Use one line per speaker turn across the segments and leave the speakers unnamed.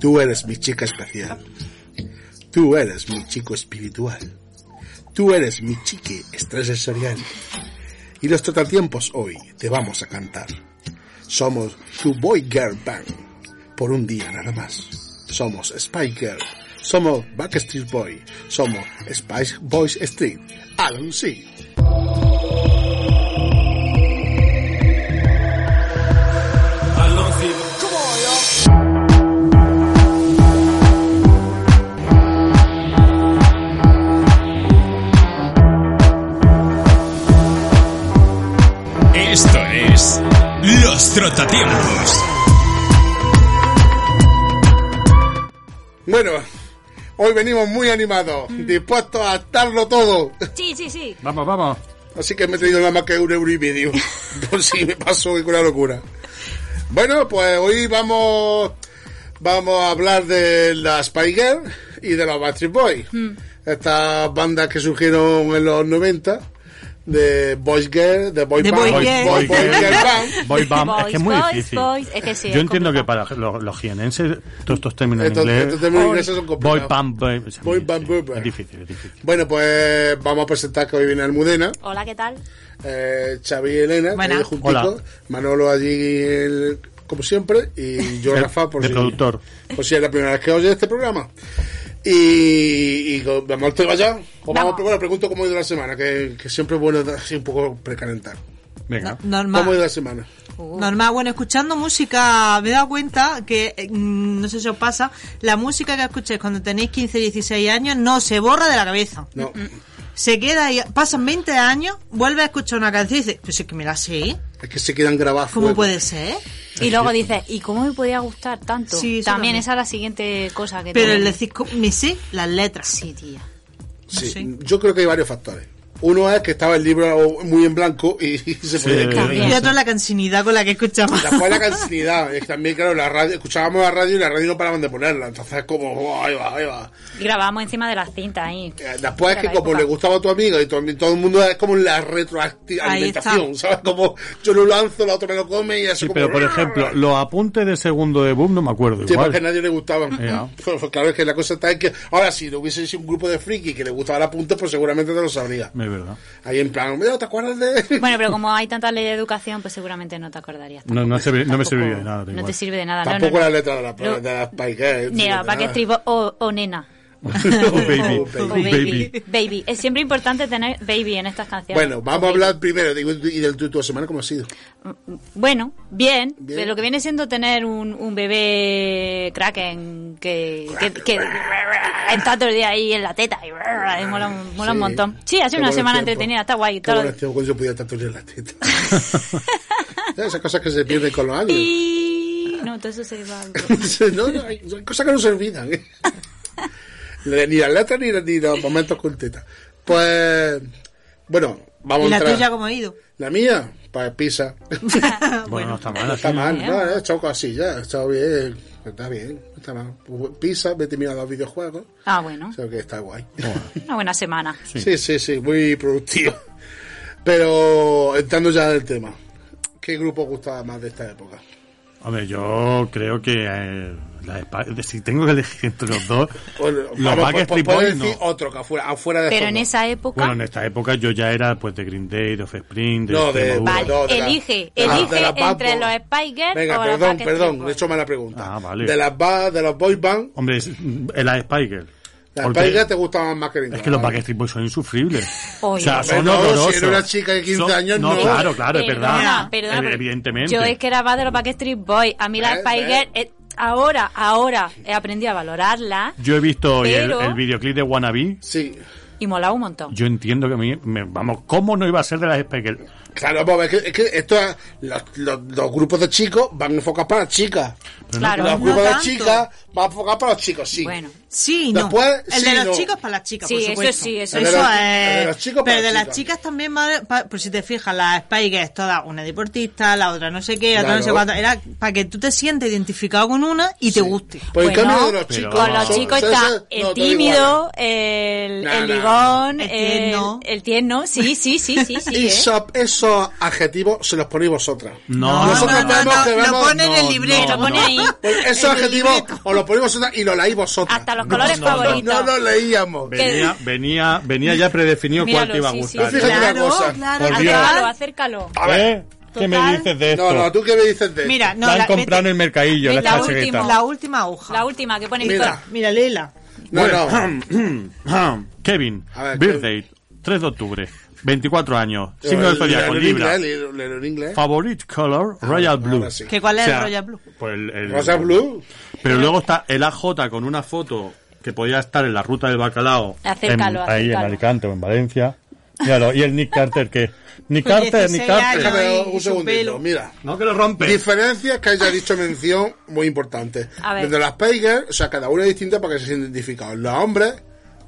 Tú eres mi chica especial. Tú eres mi chico espiritual. Tú eres mi chique estrasensorial. Y los tratatiempos hoy te vamos a cantar. Somos tu boy girl band. Por un día nada más. Somos Spy Girl. Somos Backstreet Boy. Somos Spice Boys Street. Alan C.
Esto es Los Trotatiempos.
Bueno, hoy venimos muy animados, dispuestos a darlo todo.
Sí, sí, sí.
Vamos, vamos.
Así que me he traído nada más que un euro y medio. Por si me paso con una locura. Bueno, pues hoy vamos vamos a hablar de la Spy Girl y de los Backstreet Boys.
Hmm.
Estas bandas que surgieron en los 90 de Boys Girl, de Boy
De
Band,
Boy
Boy,
Girl.
Boy- Boy Girl Band.
Boy Bam, es
Boys,
que es muy
boys,
difícil.
boys, es que sí,
Yo
es
entiendo que para los, los jienenses todos estos términos en
Entonces,
inglés.
estos términos ingleses son
Boy
complicados.
Bam, Boy, es
Boy
muy
Band,
difícil,
Boy Band.
Es difícil, es difícil.
Bueno, pues vamos a presentar que hoy viene Almudena,
Hola, ¿qué tal?
eh, Xavi y Elena,
Buenas.
que viene juntico,
Hola.
Manolo allí el- como siempre y yo
El-
Rafa por
de
si,
productor.
por si es la primera vez que oyes este programa. Y, y co- vamos al tema ya. O vamos,
Vamos.
bueno, pregunto cómo ha ido la semana, que, que siempre es bueno dar así un poco precalentar.
Venga.
¿Cómo ha ido
Normal.
la semana?
Normal, bueno, escuchando música me he dado cuenta que, eh, mm, no sé si os pasa, la música que escucháis cuando tenéis 15, 16 años no se borra de la cabeza.
No.
Se queda ahí, pasan 20 años, vuelve a escuchar una canción y dices, pues es que me la sé,
Es que se quedan grabados.
¿cómo puede ser?
Y luego dices, ¿y cómo me podía gustar tanto?
Sí,
también
eso también.
esa es la siguiente cosa que
Pero
te-
el decir, co- me sé las letras.
Sí, tía.
Sí.
Sí.
Yo creo que hay varios factores. Uno es que estaba el libro muy en blanco y, y se podía escribir.
También.
Y otro la cansinidad con la que escuchamos.
Después la cansinidad, es que también claro, la radio, escuchábamos la radio y la radio no paraban de ponerla, entonces es como, oh, ahí va, ahí va.
Y grabamos encima de las cintas ahí.
Eh, Después es
Era
que
la
como
época.
le gustaba a tu amigo y todo, todo el mundo es como la
Ahí
retroalimentación,
está.
¿sabes? Como yo lo lanzo, la otra me lo come y eso
Sí,
como... "Ah".
pero por ejemplo, los apuntes de segundo de boom no me acuerdo
Sí,
igual.
porque a nadie le gustaban.
Ya.
Pues, pues, claro, es que la cosa está en que ahora si lo hubiese sido un grupo de friki que le gustaba la punta, pues seguramente te lo sabría.
Es verdad.
Ahí en plan, mira, ¿te acuerdas de...?
Bueno, pero como hay tanta ley de educación, pues seguramente no te acordarías.
No, no, se- no me
Tampoco-
sirvió de nada.
No
da igual.
te sirve de nada. no,
Tampoco
no,
la
no.
letra de la,
No.
de las Spice Girls,
Ni la
de nada.
Backstreet Boys o, o nena.
Oh, baby.
Oh, baby.
Oh, baby.
Baby. Es siempre importante tener baby en estas canciones.
Bueno, vamos a hablar primero, digo, y del tu, tu semana, ¿cómo ha sido?
Bueno, bien,
Bien.
pero lo que viene siendo tener un, un bebé kraken que, que, que está todo el día ahí en la teta y, y mola, un- mola un
Sí.
montón. Sí, ha
Qué
sido una
buenos
semana
tiempos.
entretenida, está guay.
Qué
todo lo-
buenos tiempos cuando yo podía tanto en la teta. Esas cosas que se pierden con los años.
Y... No, todo eso se va. al-
no, no, hay, hay cosas que no se olvidan. ¿eh? ni las letras ni, ni los momentos con teta. Pues, bueno, vamos
¿Y
a
la
entrar.
tuya cómo ha ido?
La mía, pues pisa.
Bueno, no está mal.
Está
así.
mal, no, no, choco así, ya, está bien, está bien, está mal. Pisa, me he terminado los videojuegos,
Ah, bueno,
o sea que está guay.
una buena semana.
Sí. sí, sí, muy productivo. Pero entrando ya en el tema, ¿qué grupo gustaba más de esta época?
Hombre, yo creo que eh, la espa- si tengo que elegir entre los dos,
Bueno,
los
vamos, pues,
Backstreet
puedes
Boys
decir
no.
otro que afuera, afuera de
Pero
estos
en
dos.
esa época...
Bueno, en esta época yo ya era pues de Green Day, de Offspring, de
No, de,
Extremoduro.
Vale,
no, de la-
elige,
de la-
elige
de la Bad
entre
Boy.
los Spice Girls
Venga,
o los
perdón,
Backstreet
perdón,
Boys.
he hecho mala pregunta.
Ah, vale.
De las ba- de los boy band,
Hombre, es, el la Spiker.
las Spice Girls te gustaban más que
es que los
Nirvana.
Backstreet Boys son insufribles.
Oye.
o sea, son
Bueno, si
horrorosos.
era una chica de 15
Son-
años, no.
claro, claro, es
Perdona,
verdad.
perdona,
Ev-
porque
Evidentemente.
Yo es que era más de los Backstreet Boys. A mí la
¿Ves?
Spice
¿Ves?
Girl, eh, ahora, ahora he aprendido a valorarla
Yo he visto hoy el,
Pero-
el videoclip de Wannabe.
Sí,
y molaba un montón.
Yo entiendo que a mí, me- vamos, ¿cómo no iba a ser de las Spiker?
claro, vamos, es que, es que esto es- los, los- los grupos de chicos van enfocados para chicas.
claro,
los
no
grupos de
tanto.
chicas van enfocados para los chicos, sí.
Bueno,
Sí, no.
Después,
el
sí,
de los
no.
chicos para las chicas,
Sí,
por
eso
supuesto.
sí, eso
El de
es.
sí. los- el de los chicos para
pero de
las
las
chicas.
chicas también, madre, pa- pues si te fijas, la Spike es toda una deportista, la otra no sé qué, la otra no sé
Claro.
cuánto. Era para que tú te sientas identificado con una y te guste.
Pues en
Bueno,
cambio de los
pero-
chicos.
con los
son-
chicos
son-
está
son-
el
no, todo igual.
tímido, el,
No,
el
no.
ligón,
El
el,
tierno.
el tierno. Sí, sí, sí, sí, sí.
Y
¿eh?
eso- esos adjetivos se los ponéis vosotras.
No,
Nosotros
no, no,
vemos que
lo
vemos-
pone en
no,
el libreto.
no,
Lo pone
no.
ahí.
Pues esos adjetivos os los nos ponemos una y lo leí vosotros.
Hasta los colores
no, no,
favoritos.
No lo leíamos.
Venía, venía, venía ya predefinido cuál te iba a
Míralo, sí,
gustar.
sí,
Fíjate una
Claro,
cosa.
claro,
Por Dios.
acércalo,
total.
acércalo.
A ver.
¿Eh? ¿Qué me
Total.
dices de esto?
No, no, ¿tú qué me dices de esto?
Mira, no,
la han
la,
comprado en el mercadillo, la,
la
la
última.
vete- la última hoja.
La última que pone
Mira.
Víctor.
Mira, léela.
No, no.
Ah, Kevin,
A ver,
birthday, 3 de octubre, 24 años, signo del
Pero, léelo
zodiaco,
en
Libra.
inglés, léelo- léelo en inglés.
Favorite color, royal blue.
Ah, ahora sí.
¿Que ¿Cuál es
O sea,
el Royal Blue?
Pues el, el-
Rosa Blue.
Pero luego está el AJ con una foto que podía estar en la ruta del bacalao.
Acércalo,
en- ahí en
acércalo.
Alicante o en Valencia. Míralo, y el Nick Carter que... Nick
Con
Carter,
16
Nick Carter.
Pues años.
Déjame
y
un
su
segundito.
pelo.
Mira.
No que lo rompe.
Diferencias que haya dicho mención muy importantes.
A ver.
Desde las Peiger, o sea, cada una es distinta para que se sientan identificados. Los hombres,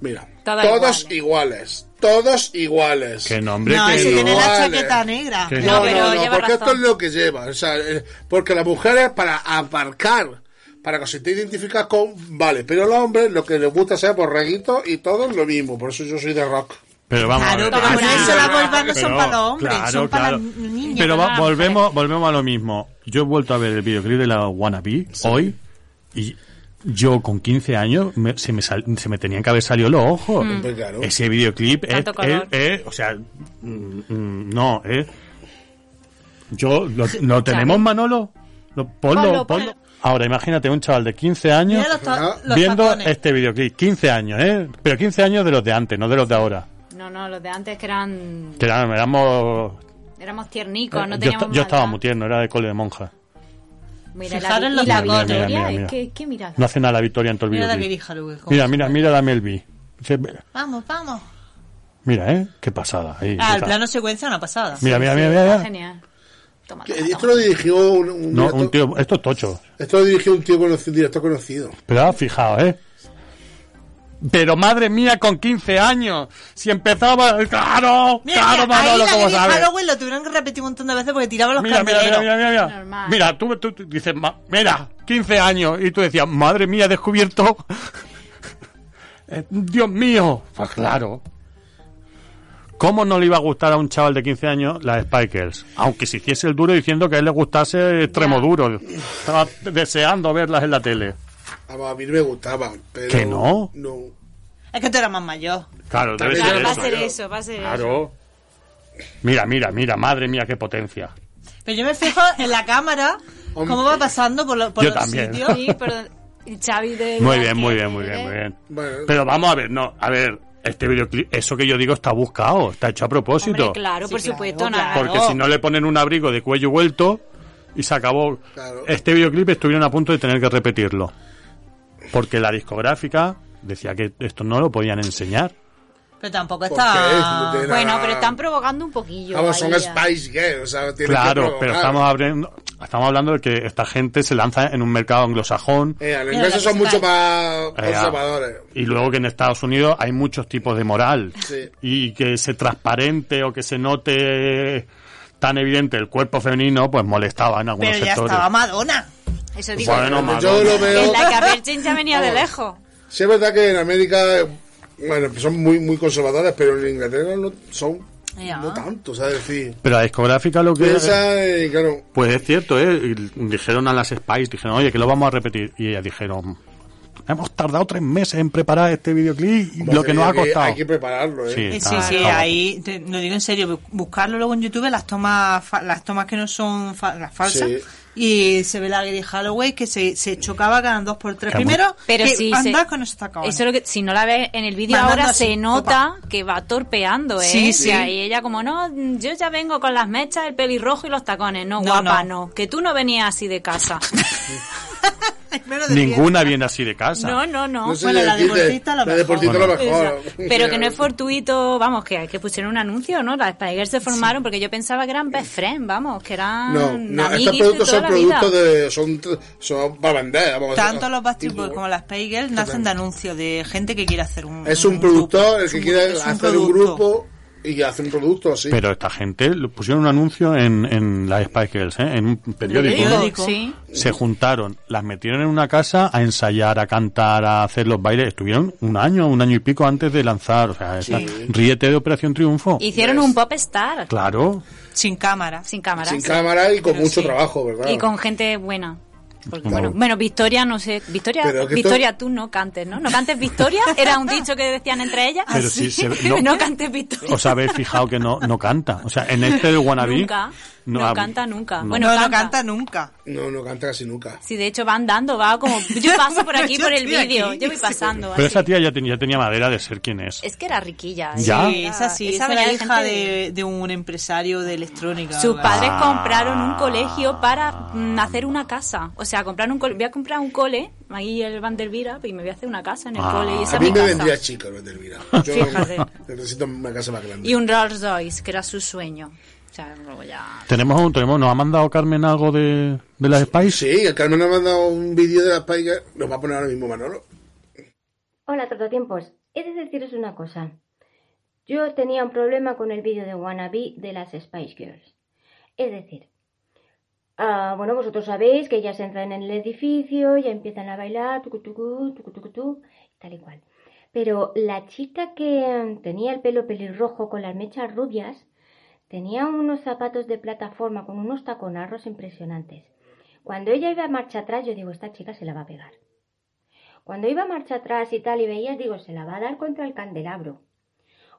mira,
Todas
todos iguales. Todos iguales.
Qué nombre,
No,
que
ese
no.
tiene la
Vale.
chaqueta negra.
Que
No,
No, pero
no, no,
lleva
porque
razón.
esto es lo que lleva. O sea, eh, porque las mujeres, para aparcar, para que se te identificas con. Vale, pero los hombres, lo que les gusta es ser borreguitos y todo es lo mismo. Por eso yo soy de rock.
Pero vamos a
Claro,
ver. Ah,
pero
Vamos
por
a ver.
eso las boybas no son
Pero,
para los hombres,
claro,
son para
claro.
las niñas.
Pero va-
para las
volvemos, volvemos a lo mismo. Yo he vuelto a ver el videoclip de la Wannabe hoy y yo con 15 años me- se, me sal- se me tenían que haber salido los ojos.
Mm.
Pues claro.
Ese videoclip es,
Tanto color.
es- es- o sea, mm, mm, no, es... Yo, ¿lo, lo tenemos, Manolo? Lo- ponlo,
Ponlo,
ponlo.
ponlo.
Ahora, imagínate un chaval de 15 años
Mira los, ta- los
viendo
tacones.
este videoclip. 15 años, ¿eh? Pero 15 años de los de antes, no de los de ahora.
No, no, los de antes que eran.
Que eran- éramos-
Éramos tiernicos, no
Eh, yo,
teníamos.
esta- yo estaba
maldad.
muy tierno, era de cole de monja.
Mira, la,
Fijaros los
y la
Mira, mira,
Victoria,
mira, mira.
es que, que mira.
No hace nada la victoria en todo el
Mira la
videoclip.
virija, Luis, cómo
Mira,
se
mira,
mueve.
mira la Melvi. Se-
Vamos, vamos.
Mira, ¿eh? Qué pasada. Ahí,
Ah,
ya
el
está.
plano secuencia una pasada.
Mira, mira,
Sí,
mira,
está
mira.
Genial. Toma,
Que eh,
toma,
Esto
toma.
lo dirigió un, un
No,
director-
un tío, esto es tocho.
Esto lo dirigió un tío conocido, un director conocido.
Pero ah, fijaos, ¿eh? Pero madre mía, con 15 años. Si empezaba. ¡Claro!
Mira,
¡Claro,
mira, ahí
Manolo,
la
como
Lady
sabes!
Halloween lo tuvieron que repetir un montón de veces porque tiraba los
Mira, mira, mira,
candeleros.
mira, mira, mira.
Normal.
Mira, tú, tú dices, ma- mira, 15 años. Y tú decías, madre mía, he descubierto. Eh, Dios mío. Pues claro. ¿Cómo no le iba a gustar a un chaval de 15 años las Spikers? Aunque se hiciese el duro diciendo que a él le gustase extremo duro. Estaba deseando verlas en la tele.
A mí no me gustaban, pero.
¿Que no?
No.
Es que tú eras más mayor.
Claro, debe
Claro,
ser
Claro, va a
eso.
ser eso, va a ser eso.
Claro. Mira, mira, mira, madre mía, qué potencia.
Pero yo me fijo en la cámara cómo va pasando por, lo- por
Yo
los
también.
sitios.
Sí, pero. Y Xavi de. ¿eh?
Muy bien, muy bien, muy bien, muy bien.
Bueno.
Pero vamos a ver, no, a ver, este videoclip, eso que yo digo está buscado, está hecho a propósito.
Hombre, claro,
Sí,
por
claro,
supuesto,
claro.
nada.
Porque
claro.
si no le ponen un abrigo de cuello vuelto y se acabó.
Claro.
Este videoclip estuvieron a punto de tener que repetirlo. Porque la discográfica decía que esto no lo podían enseñar.
Pero tampoco
¿Por qué? No
está...
tiene nada-
Bueno, pero están provocando un poquillo.
Ah. Vamos, son
ahí, ya.
Spice Girls, o sea, tienen que
Claro,
provocar.
pero estamos abriendo, estamos hablando de que esta gente se lanza en un mercado anglosajón.
Eh, los
Mira,
ingleses
la
son mucho
Spice.
más
Eh,
conservadores.
Y luego que en Estados Unidos hay muchos tipos de moral.
Sí.
Y que se transparente o que se note tan evidente el cuerpo femenino, pues molestaba en algunos
Pero ya
sectores.
estaba Madonna.
Eso digo.
bueno,
Yo
Madonna.
lo
que
veo.
en la que a Berchin ya venía de lejos.
Sí, es verdad que en América, eh, bueno, pues son muy, muy conservadores, pero en Inglaterra no son.
Ya.
No tanto, o sea, es decir.
Pero la discográfica lo que...
Piensa, eh, claro.
Pues es cierto, ¿eh? Y Dijeron a las Spice, dijeron, oye, que lo vamos a repetir. Y ellas dijeron, hemos tardado tres meses en preparar este videoclip, y lo que nos ha
Hay
costado.
Hay que prepararlo, ¿eh?
Sí,
Eh, Sí,
está-
sí,
está-
ahí, te- lo digo en serio, bu- buscarlo luego en YouTube, las tomas, fa- las tomas que no son fa- las falsas,
Sí.
y se ve la Gary Holloway que se, se chocaba cada dos por tres.
Qué amor.
Primero,
Pero
que
sí.
andar
se-
con eso está acabado.
Eso es lo que, si no la ves en el vídeo
Mandando
ahora,
así,
se nota que va torpeando, ¿eh?
Sí,
O sea,
sí.
Y ella, como no, yo ya vengo con las mechas, el pelirrojo y los tacones. No,
No,
guapa,
no.
no. Que tú no venías así de casa.
Ninguna viene así de casa.
no, no, no.
No sé
Bueno,
si
la
decirte,
deportista lo
la
mejor.
deportista lo mejor.
Esa. Pero que no es fortuito, vamos, que, que pusieron un anuncio, ¿no? Las Spiders se formaron porque yo pensaba que eran best friend, vamos, que eran
No, no,
amiguis
estos
de
productos
toda
son
la vida.
productos de. son, son para vender. vamos,
Tanto
es-
los Backstreet Boys como las Spice Girls nacen de anuncios de gente que quiere hacer un.
Es un
grupo.
productor el
Es
que
un-
quiere
es
hacer un
producto.
grupo y hace un producto así.
Pero esta gente lo- pusieron un anuncio en, en las Spice Girls, ¿eh? en un periódico.
Periódico.
Sí.
Se juntaron, las metieron en una casa a ensayar, a cantar, a hacer los bailes. Estuvieron un año, un año y pico antes de lanzar. O sea, esa- ríete de Operación Triunfo.
Hicieron un pop star
Claro.
Sin cámara.
sin cámaras
sin cámara y con
Pero
mucho
sí.
trabajo, ¿verdad?
y con gente buena. Porque, bueno, bueno, Victoria, no sé. Victoria,
Pero que
Victoria, tú no cantes, ¿no? No cantes Victoria, era un dicho que decían entre ellas.
Pero sí, se- no.
No cantes Victoria.
Os habéis fijado que no, no canta. O sea, en este de Wannabe.
Nunca. No
hab-
canta nunca.
no.
Bueno,
No, no
canta.
canta nunca.
No, no canta casi nunca.
Sí, de hecho van dando, va como. Yo paso por aquí
Yo
por el
estoy aquí.
vídeo, yo voy pasando.
Pero
así.
esa tía ya, ten- ya tenía madera de ser quien es.
Es que era riquilla. ¿eh?
Ya.
Sí, esa sí, esa,
venía
era
de
hija
gente de-
de, de un empresario de electrónica.
Sus
¿verdad?
padres
Ah.
compraron un colegio para mm, hacer una casa. O sea, comprar un cole, voy a comprar un cole, ahí el Vanderbilt, y me voy a hacer una casa en el
Ah.
cole. Y esa
A
es
mí
mi
me
casa.
vendría chico, no Elvira. Yo
Fíjate.
necesito una casa más grande.
Y un Rolls Royce, que era su sueño. O sea, luego ya...
Tenemos, un- tenemos, nos ha mandado Carmen algo de, de las Spice.
Sí, el Carmen nos ha mandado un vídeo de las paigas. Nos va a poner ahora mismo Manolo.
Hola, Trotatiempos. He de deciros una cosa. Yo tenía un problema con el vídeo de Wannabe de las Spice Girls. Es decir, ah, bueno, vosotros sabéis que ellas entran en el edificio, ya empiezan a bailar, tucu, tucu, tucu, tucu, tucu, tal y cual. Pero la chica que tenía el pelo pelirrojo con las mechas rubias tenía unos zapatos de plataforma con unos taconarros impresionantes. Cuando ella iba a marcha atrás, yo digo, esta chica se la va a pegar. Cuando iba marcha atrás y tal y veías, digo, se la va a dar contra el candelabro.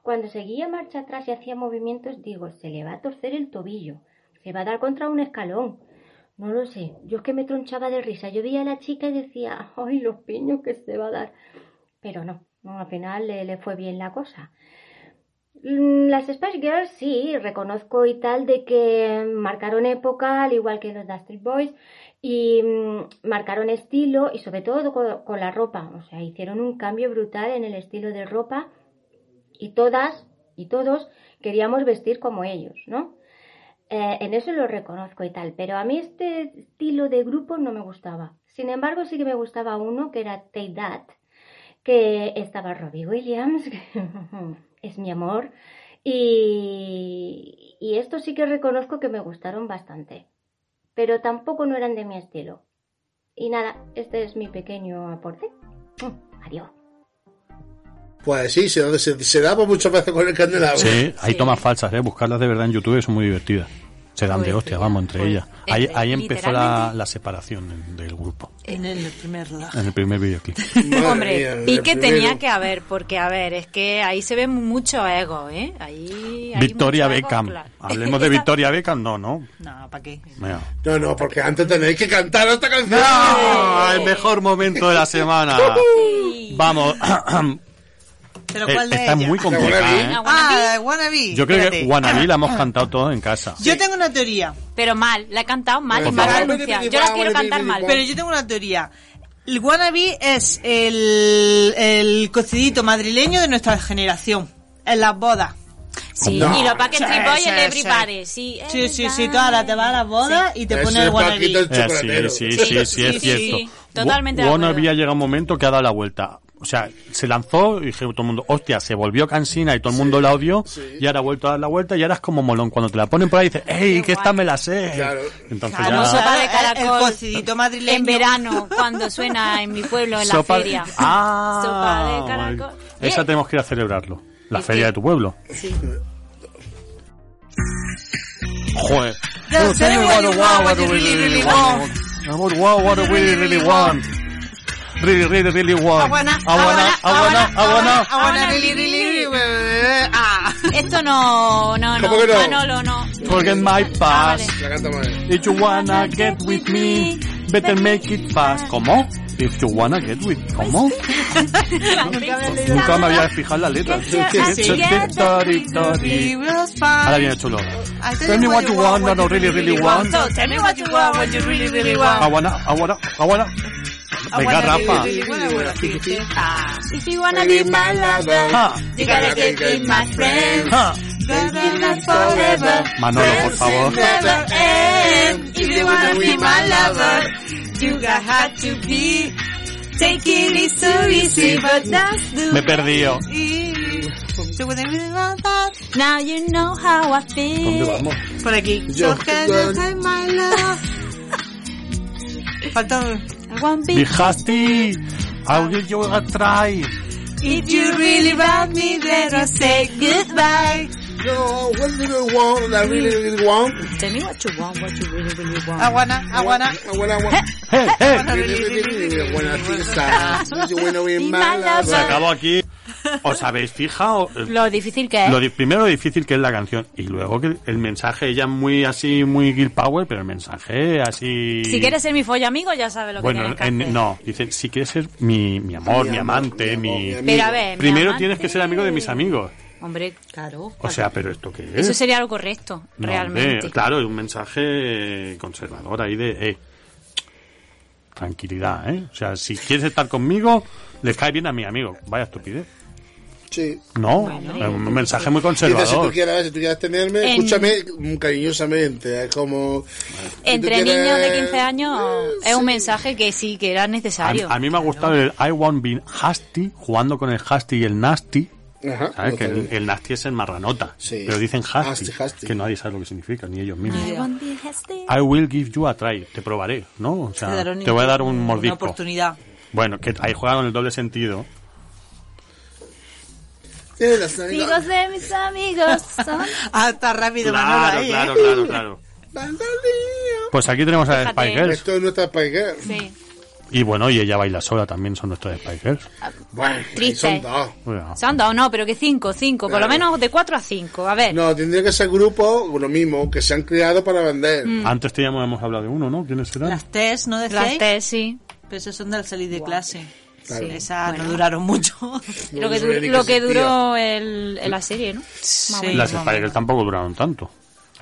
Cuando seguía marcha atrás y hacía movimientos, digo, se le va a torcer el tobillo, se va a dar contra un escalón. No lo sé, yo es que me tronchaba de risa. Yo veía a la chica y decía, ay, los piños que se va a dar. Pero no, no, al final le, le fue bien la cosa. Mm, Las Spice Girls sí, reconozco y tal de que marcaron época, al igual que los Dastard Boys, y mm, marcaron estilo y sobre todo con, con la ropa. O sea, hicieron un cambio brutal en el estilo de ropa y todas y todos queríamos vestir como ellos, ¿no? Eh, en eso lo reconozco y tal, pero a mí este estilo de grupo no me gustaba. Sin embargo, sí que me gustaba uno que era Take That, que estaba Robbie Williams, que es mi amor, y, y esto sí que reconozco que me gustaron bastante, pero tampoco no eran de mi estilo. Y nada, este es mi pequeño aporte. Mm, Adiós.
Pues sí, se, se, se daba muchas veces con el candelabro.
Sí, hay tomas falsas, ¿eh? Buscarlas de verdad en YouTube que son muy divertidas. Se dan de
Pues,
hostia, vamos, entre
pues,
ellas. Ahí,
entre-
ahí empezó la,
literalmente.
la separación en- del grupo,
En el primer rodaje.
en el primer videoclip.
Madre mía,
Hombre,
el
pique
primero.
tenía que haber, porque a ver, es que ahí se ve mucho ego, ¿eh? Ahí, hay
Victoria
mucho ego,
Beckham.
claro.
Hablemos de Victoria Beckham, no, no.
No, ¿para qué?
Mira.
No, no, porque antes tenéis que cantar esta canción.
¡Ah! El mejor momento de la semana. Vamos,
¿Pero cuál de
Eh, está
ellas?
muy
Wannabe.
complicada. ¿eh?
Ah,
Ah, Wannabe.
Yo creo que
Espérate.
Wannabe la hemos cantado todos en casa.
Yo tengo una teoría,
Pero mal, la he cantado mal y
Por
mal
favor.
pronunciada. Yo la quiero cantar mal.
Pues
pero yo tengo una teoría. El Wannabe es el, el cocidito madrileño de nuestra generación. En las bodas.
Sí,
No.
y los Packet
Sí,
Street Boys
sí,
y el
sí.
Everybody. Sí,
Sí, sí, sí. Tú ahora te vas a las bodas y te
Ese
pones el
es Paquito el
Wannabe.
Eh,
chocolatero.
sí, sí, sí, sí, es
Sí, sí,
cierto.
sí. Totalmente de
Wannabe
acuerdo.
ha llegado un momento que ha dado la vuelta. O sea, se lanzó y dije todo el mundo, hostia, se volvió cansina y todo el mundo la odió y ahora ha vuelto a dar la vuelta y ahora es como molón. Cuando te la ponen por ahí dices, ¡ey,
Qué
que esta
guay.
me la sé!
Claro.
Entonces
Como
ya...
sopa de
Claro, el- el
caracol.
cocidito madrileño.
En verano, cuando suena en mi pueblo, en la
Sopa de-
feria.
Ah,
Sopa de caracol.
Esa
Eh,
tenemos que ir a celebrarlo. La
Sí,
feria
sí.
de tu pueblo.
sí.
Joder.
Tell
No, tell me
what
what
you
I want,
want,
what you really, really want. I want what- what I really, really want. Really, really, really want.
I wanna,
I wanna, I wanna, I wanna.
I wanna really, really, really- Ah.
Esto no, no, no.
¿Cómo que no?
Manolo, no.
Forget my
Ah,
past.
vale.
La canta mal.
If you wanna get with me, better make it fast. ¿Cómo? If you wanna get with... ¿Cómo?
Pues
Nunca me había fijado en la letra.
We will find-
Ahora viene chulo.
I
Tell me what you want, no, no, really, really want.
So, tell me what you want, what you really, really want.
Aguana, aguana, aguana. Venga,
I wanna
Rafa.
really, really, really wanna feel it.
If you wanna be my lover,
Ja,
you gotta get with my friend.
ja.
Then we'll last forever.
Manolo, por favor.
Never end. If you wanna be my lover, you got had to be. Take it is so easy, but that's the
Me he perdido.
way it is. So when I really want that,
Now you know how I
¿Dónde
feel.
vamos?
Por aquí.
Yo-
So can you take my love? Falta un-
I won't be
Bijasti. I'll give you a try.
If you really want me, then I'll say goodbye.
No, what do you want? I really, really want.
Tell me what you want, what you really, really want.
Ah,
Aguana, aguana.
What I want.
¡Eh, eh!
Really, really, really want a pizza. You wanna be
Be
my
my
lover.
Se acabó aquí. ¿Os habéis fijado? Eh,
Lo difícil que es.
Lo di- primero lo difícil que es la canción y luego que el mensaje ella es muy así muy Gil Power pero el mensaje así
Si quieres ser mi folla amigo, ya sabes lo
bueno
que tienes que
en-
hacer.
no dice si quieres ser mi, mi amor mi,
Mi amor,
amante
mi amor,
mi,
mi amigo.
Pero a ver. mi
primero
amante-
tienes que ser amigo de mis amigos
Hombre,
Claro.
o sea pero esto qué es
eso sería lo correcto,
No,
realmente.
hombre, claro es un mensaje conservador ahí de eh, tranquilidad eh o sea si quieres estar conmigo les cae bien a mi amigo vaya estupidez
Sí.
no es un mensaje muy
Dice, si tú
conservador
quieres, si tú quieres tenerme,
En-
escúchame mm, cariñosamente. Es como. si tú
Entre
quieres-
niños de 15 años
Eh,
es
sí.
un mensaje que sí, que era
A,
necesario.
a mí me ha gustado el I want be hasty, jugando con el hasty y el nasty.
Ajá,
¿Sabes? Eh, Que el,
totalmente.
el nasty es el marranota.
Sí.
Pero dicen hasty,
Hasty, hasty.
Que nadie sabe lo que significa, ni ellos mismos.
I want the
Ah,
best day.
I will give you a try. Te probaré, ¿no? O sea,
daron
te voy a dar un
una
mordisco.
oportunidad.
Bueno, que ahí juegan el doble sentido.
Sí, las-
Amigos de mis amigos son-
Ah, está rápido, Manolo,
Claro,
ahí,
claro,
¿eh?
claro, claro.
Bandolío.
Pues aquí tenemos a
Fíjate.
Spice Girls.
Esto no está para que.
Sí.
Y bueno, y ella baila sola también, son nuestros Spice Girls.
Bueno, ahí
Triste.
son dos.
Bueno,
Se han dado, no, pero que cinco, cinco, por lo menos de cuatro a cinco. A ver,
No, tendría que ser grupos, lo mismo, que se han creado para vender.
Mm,
Antes te hemos, hemos hablado de uno, ¿no? ¿Quiénes serán?
Las test, ¿no
las
decíais?
tres, sí.
Pero esas son del salir de clase.
Claro.
Sí, esas no duraron mucho.
No
lo que,
sabía
du-
ni
lo que
existía.
duró el, el- la serie, ¿no?
Sí,
Las
vamos.
Spice Girls tampoco duraron tanto.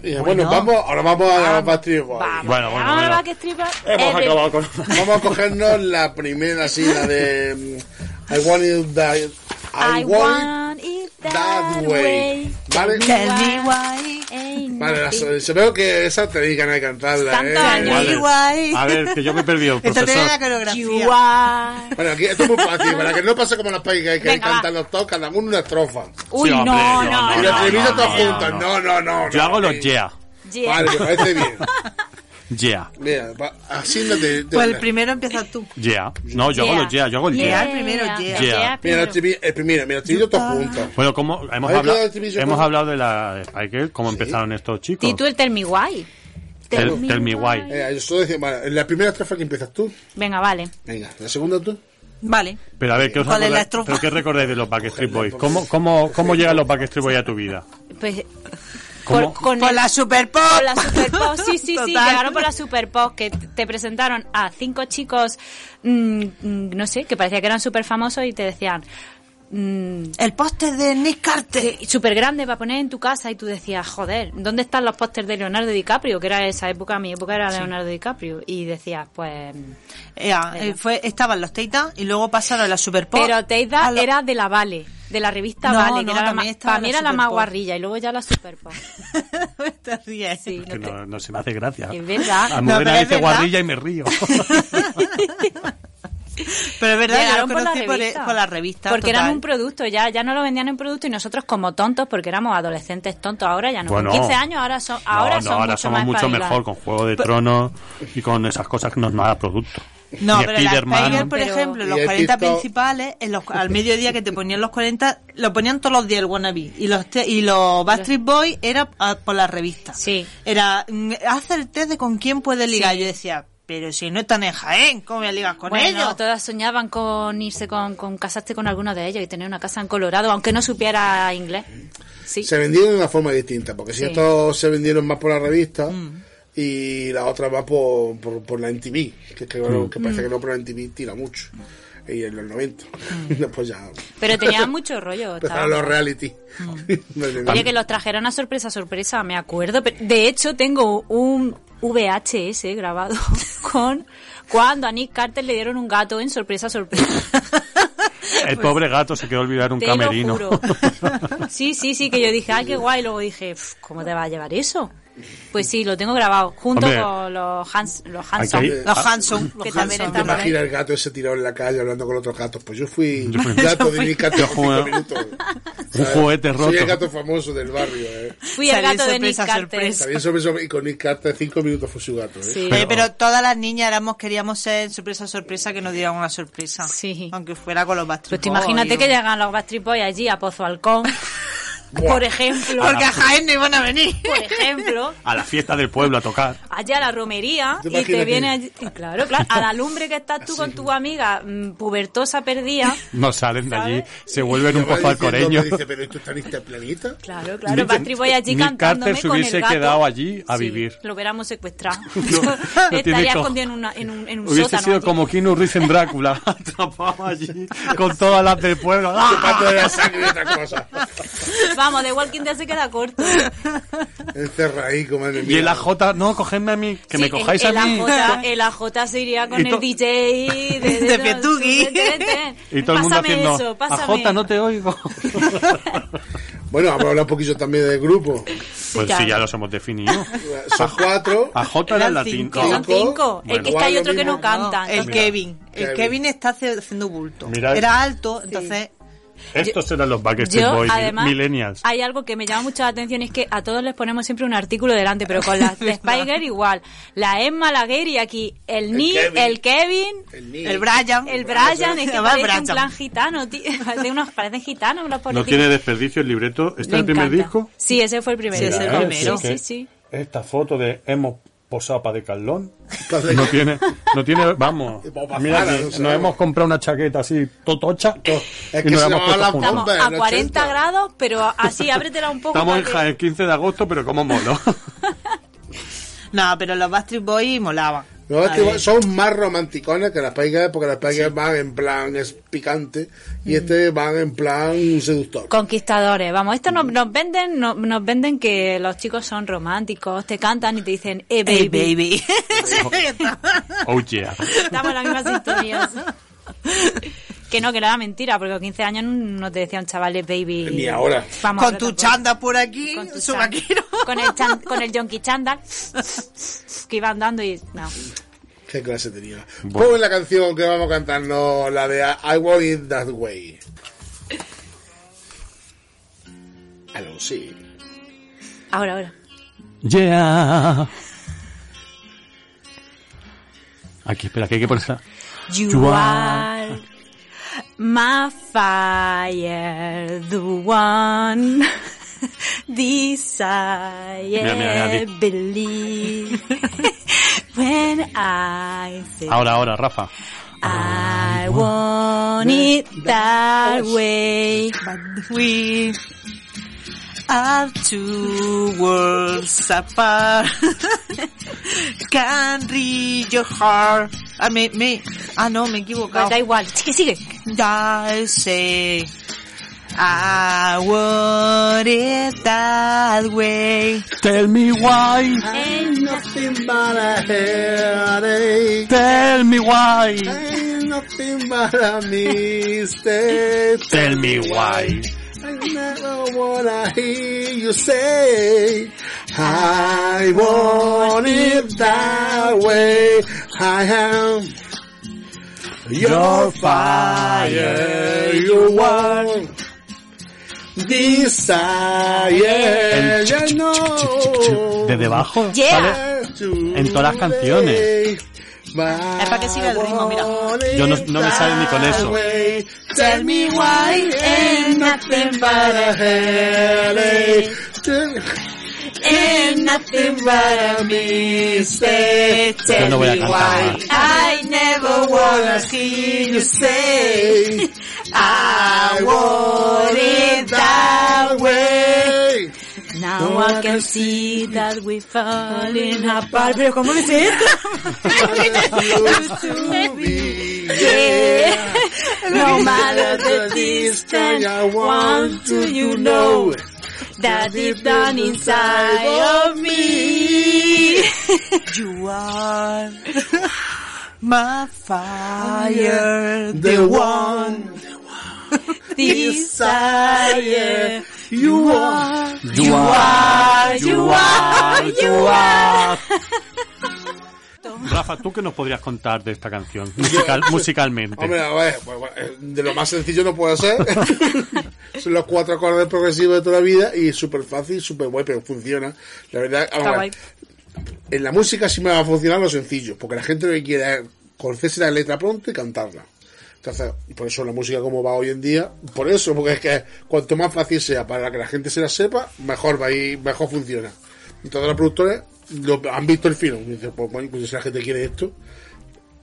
Y bueno, vamos, ahora vamos a los Backstreet Boys.
Vamos,
Bueno, bueno,
ahora
bueno.
va que estripa.
Hemos
es
Eh,
de-
acabado con...
Vamos a cogernos la primera, sí, la de mm, I want it that, I,
I
want
want it
it that way. Vale,
Tell me why.
Ain't
vale, la-
nothing.
se veo que esa tenéis ganas de cantarla,
Tantos
eh.
años.
Vale.
Vale.
Guay.
A ver, que yo me he perdido,
Esta tiene la
profesor.
You
coreografía.
are-
Bueno, aquí esto es muy fácil, para que no pase como las paigas que
Venga, va.
cantan los todos, cada uno una estrofa.
Uy,
Sí,
no,
hombre,
no,
yo
no.
Y
Ah, no,
los estribillos
no,
todos
no,
juntos. No, no, no.
Yo
no,
hago
sí.
los yeah,
Yeah.
Vale, me parece bien.
yeah,
Mira, va, así no te. te-
Pues el primero empiezas tú.
yeah. No, yo hago los yeah, yo hago el yeah.
el primero, yeah.
Yeah.
Mira, el
primero.
estribillo, el primero, mira, el estribillo
Ah.
todos juntos.
Bueno, como hemos
Ahí queda
hablado,
el estribillo,
hemos
¿no?
hablado de la Spiker, cómo empezaron estos chicos.
Y tú el Tell Me Why.
Tell, tell me why.
Eh, yo solo decía, vale, en la primera estrofa que empiezas tú.
Venga, vale.
Venga, la segunda tú.
Vale.
Pero a ver, ¿qué os
¿Cuál es la
acordáis?
estrofa?
¿Pero qué recordáis de los Backstreet Boys? ¿Cómo, cómo, cómo llegan los Backstreet Boys a tu vida?
Pues,
¿Cómo?
por- con
Con
el-
la Super Pop.
Por la Super Pop, sí, sí, sí,
Total.
llegaron por la Super Pop, que te presentaron a cinco chicos, mm, mm, no sé, que parecía que eran súper famosos y te decían,
El póster de Nick Carter.
súper grande para poner en tu casa, y tú decías, joder, ¿dónde están los pósters de Leonardo DiCaprio? Que era esa época, mi época era Leonardo DiCaprio. Y decías, pues...
Ea, eh, fue, estaban los Teita y luego pasaron a la Super Pop.
Pero Teida
A lo-
era de la Vale, de la revista
No,
Vale, que
no,
era la
también
ma-
estaba
para mí
la
era la
Super
más
Pop.
guarrilla, y luego ya la Super Pop.
Te ríes.
Sí,
Que
no te-
no, no se me hace gracia.
Es verdad.
A
No, pero es
dice
verdad.
guarrilla y me río.
Pero es verdad, yo lo
Llegaron
conocí por, e- por la revista.
Porque
total.
eran un producto, ya, ya no lo vendían en producto y nosotros como tontos, porque éramos adolescentes tontos, ahora ya no.
Bueno.
Con 15 años ahora, son, ahora,
no, no,
son
ahora
mucho
somos
más
mucho
espabilados.
mejor con Juego de Tronos y con esas cosas que no es nada producto.
No,
Ni
pero las
Spiderman.
Spider, por
Pero-
ejemplo,
Y
los
el
40
TikTok.
principales, en los, al mediodía que te ponían los 40, lo ponían todos los días el Wannabe. Y los, te- y los Backstreet Boys era ah, por la revista.
Sí.
Era, mm, haz el test de con quién puedes ligar. Yo decía, pero si no están en Jaén, ¿cómo me ligas con
Bueno,
ellos?
todas soñaban con irse con, con casarse con alguno de ellos y tener una casa en Colorado, aunque no supiera inglés. Sí.
Se vendieron de una forma distinta, porque si
Sí. Mm.
estos se vendieron más por la revista y la otra más por, por, por la NTV, que, es que,
Mm.
bueno, que parece que no, por la NTV tira mucho. Y en los 90.
Mm.
Después ya.
Pero tenían mucho rollo.
Empezaron
estaban-
los reality. Madre mía.
Mm. Oye, que los trajeron a sorpresa, sorpresa, me acuerdo. Pero, de hecho, tengo un VHS grabado con cuando a Nick Carter le dieron un gato en sorpresa, sorpresa.
El pobre gato se quedó olvidar Este un
Pues, Te
camerino.
lo juro. Sí, sí, sí, que yo dije, ay, qué guay. Luego dije, "Pf, ¿cómo te va a llevar eso? Pues sí, lo tengo grabado, junto
Hombre.
con los, Hans, los
Aquí
Hanson.
hay-
Los Hanson.
Que
Los
también
Hanson.
¿Te
estaban-
imaginas el gato ese tirado en la calle hablando con otros gatos? Pues yo fui
Yo fui-
gato de mi gato
Yo
en cinco
jugué-
minutos.
Un juguete roto.
Soy el gato famoso del barrio. Eh.
Fui el
Salió
gato de Nick
sorpresa,
Carter.
sorpresa.
Sabía sobre eso y con Nick Carter cinco minutos fue su gato. Eh.
Sí.
Eh, pero todas las niñas éramos, queríamos ser sorpresa, sorpresa, que nos dieran una sorpresa.
Sí.
Aunque fuera con los Backstreet
Pues tú
Boys
imagínate
o-
que llegan los Backstreet Boys allí a Pozo Halcón. por ejemplo,
Ah,
Porque a Jaén no iban a venir.
Pues
por ejemplo,
A la fiesta del pueblo a tocar.
allá a la romería
¿Te
y
imaginas
te
que-
viene allí, y claro, claro, a la lumbre que estás tú con tu amiga mm, pubertosa perdida.
No salen de allí,
¿Sabes?
se vuelven
Me
un
va
pozo
diciendo,
alcoreño.
me dice, pero esto está en este planeta.
Claro, claro, Backstreet Boy allí
Nick
cantándome
Carter se
con
hubiese
el gato.
quedado allí a
Sí,
vivir.
Lo hubiéramos secuestrado.
No, no tiene
Estaría
co-
escondido en, una- en un, en un
Hubiese
sótano.
sido
allí.
como Keanu Reeves en Drácula, atrapado allí con todas las del pueblo. ¡Ah!
Pato de la sangre y otra cosa.
Vamos, The Walking Dead se queda corto.
Encerra ahí, como en el
Y el AJ, no, cogedme a mí, que
Sí,
me cojáis
el,
a mí.
el AJ, el AJ se iría con
Y to-
el DJ de,
De Petugui.
ven, ven.
Y todo el mundo
Pásame
haciendo,
eso, pásame.
AJ, no te oigo.
Bueno, vamos a hablar un poquillo también del grupo.
Pues
claro.
sí, ya los hemos definido.
Son cuatro.
AJ era el
Eran
latín.
cinco.
Que son
Cinco.
cinco.
Bueno.
es que, es que hay
Igual
otro
lo
que no
mismo.
canta.
No, el
entonces-
Kevin. El
Kevin.
Kevin está hace- haciendo bulto.
Mira.
Era alto, entonces
Estos eran los Backstreet
Yo,
Boys,
además,
Este millennials.
hay algo que me llama mucho la atención, es que a todos les ponemos siempre un artículo delante, pero con las de Spiker igual. La Emma, la Gary, aquí el Nick,
Kevin.
el Kevin,
El Nick.
el Brian.
el Brian, es
Se
que
llama
parece
Brian.
un plan gitano, tío. Parecen unos, parecen gitanos los
No
políticos.
tiene desperdicio el libreto. ¿Este
Me
es el primer
encanta.
disco?
Sí, ese fue el primero.
Sí, ese es el
Ah,
primero.
Sí, sí, sí.
Esta foto de hemos posado pa' de Carlón.
Entonces,
No tiene, no tiene, vamos.
Boba
Mira,
Fara,
que
no sé.
nos hemos comprado una chaqueta así, totocha.
que
Es
se llamaba la
Estamos
Hombre,
a
no
40
80.
grados, pero así, ábretela un poco.
Estamos
para
en
que-
Jaén, 15 de agosto, pero como molo.
No, pero los Backstreet Boys molaban.
no, es que
Vale.
son más romanticones que las Spiker porque las Spiker van en plan es picante y este van en plan seductor.
Conquistadores, vamos, esto nos, nos venden no- nos venden que los chicos son románticos, te cantan y te dicen, eh,
Hey,
baby.
baby.
Oh yeah.
Estamos en la misma sintonía. sí. que no, que era mentira, porque con 15 años no te decían chavales baby.
Ni ahora.
Vamos,
Con
ahora
tu
tampoco.
chanda por aquí,
Con tu
su
chan-
vaquero.
Con el, chan- con el yonki chándal que iba andando y. No.
¿Qué clase tenía?
Bueno.
Pon la canción que vamos cantando, la de I Want It That Way. Algo sí.
Ahora, ahora.
Yeah. Aquí, espera, que hay que ponerla.
You
You
are my fire, the one
Mira, mira,
desire,
mira, di.
believe. When I think
Ahora, ahora, Rafa.
I want it that way.
But we are two worlds apart. Can read your heart. Ah, me, me, ah no, me he equivocado.
Da igual. Sigue, sigue.
I say, I want it that way.
Tell me why.
Ain't nothing but a headache.
Tell me why.
Ain't nothing but a mistake.
Tell me why.
I never wanna hear you say I want it that way I am your fire You want Desire
El
You know
De debajo.
Yeah.
¿sabes? En todas las canciones.
Es
para que siga el ritmo, mira.
Yo no- no me sale ni con eso.
Tell me why ain't nothing but a headache. Ain't nothing but a mistake.
Yo no voy a cantar.
Why
I never
wanna hear you say I want it that way.
Now I can see that we're falling apart. Pero ¿cómo es esto?
Used to be, yeah.
No matter the distance, I want to you know that deep down inside of me.
You are my fire, the one
Desire,
you are.
You are, you are, you are. Rafa, ¿tú qué nos podrías contar de esta canción musical,
Hombre,
musicalmente?
a ver, pues, bueno, eh, de lo más sencillo no puede ser. Son los cuatro acordes progresivos de toda la vida y súper fácil, súper guay, pero funciona. La verdad, vamos a ver,
guay.
en la música sí me va a funcionar lo sencillo, porque la gente lo que quiere es conocerse la letra pronto y cantarla. Entonces, por eso la música como va hoy en día, por eso, porque es que cuanto más fácil sea para que la gente se la sepa, mejor va y mejor funciona. Entonces los productores lo, han visto el film, y dicen, pues, bueno, pues si la gente quiere esto.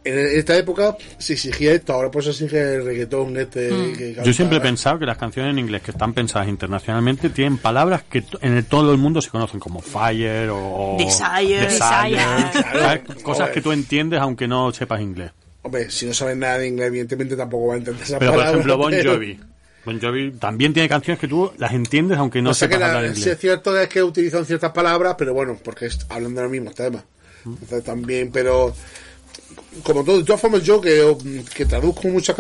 En esta época se exigía esto, ahora pues se exige el reggaetón este que
Yo
canta-
siempre he pensado que las canciones en inglés que están pensadas internacionalmente tienen palabras que t- en el- todo el mundo se conocen como fire o
Desire.
desire.
Desire.
¿sabes?
Claro.
cosas que tú entiendes aunque no sepas inglés.
Hombre, si no sabes nada de inglés, evidentemente tampoco va a entender esa
Pero por
palabra,
ejemplo Bon
pero-
Jovi, Bon Jovi también tiene canciones que tú las entiendes aunque no
o sea que
sepas
la-
hablar
sí es
inglés.
cierto es que utilizan ciertas palabras, pero bueno, porque es- hablan de los mismos temas. Entonces también, pero como todo, de todas formas yo que, que traduzco muchas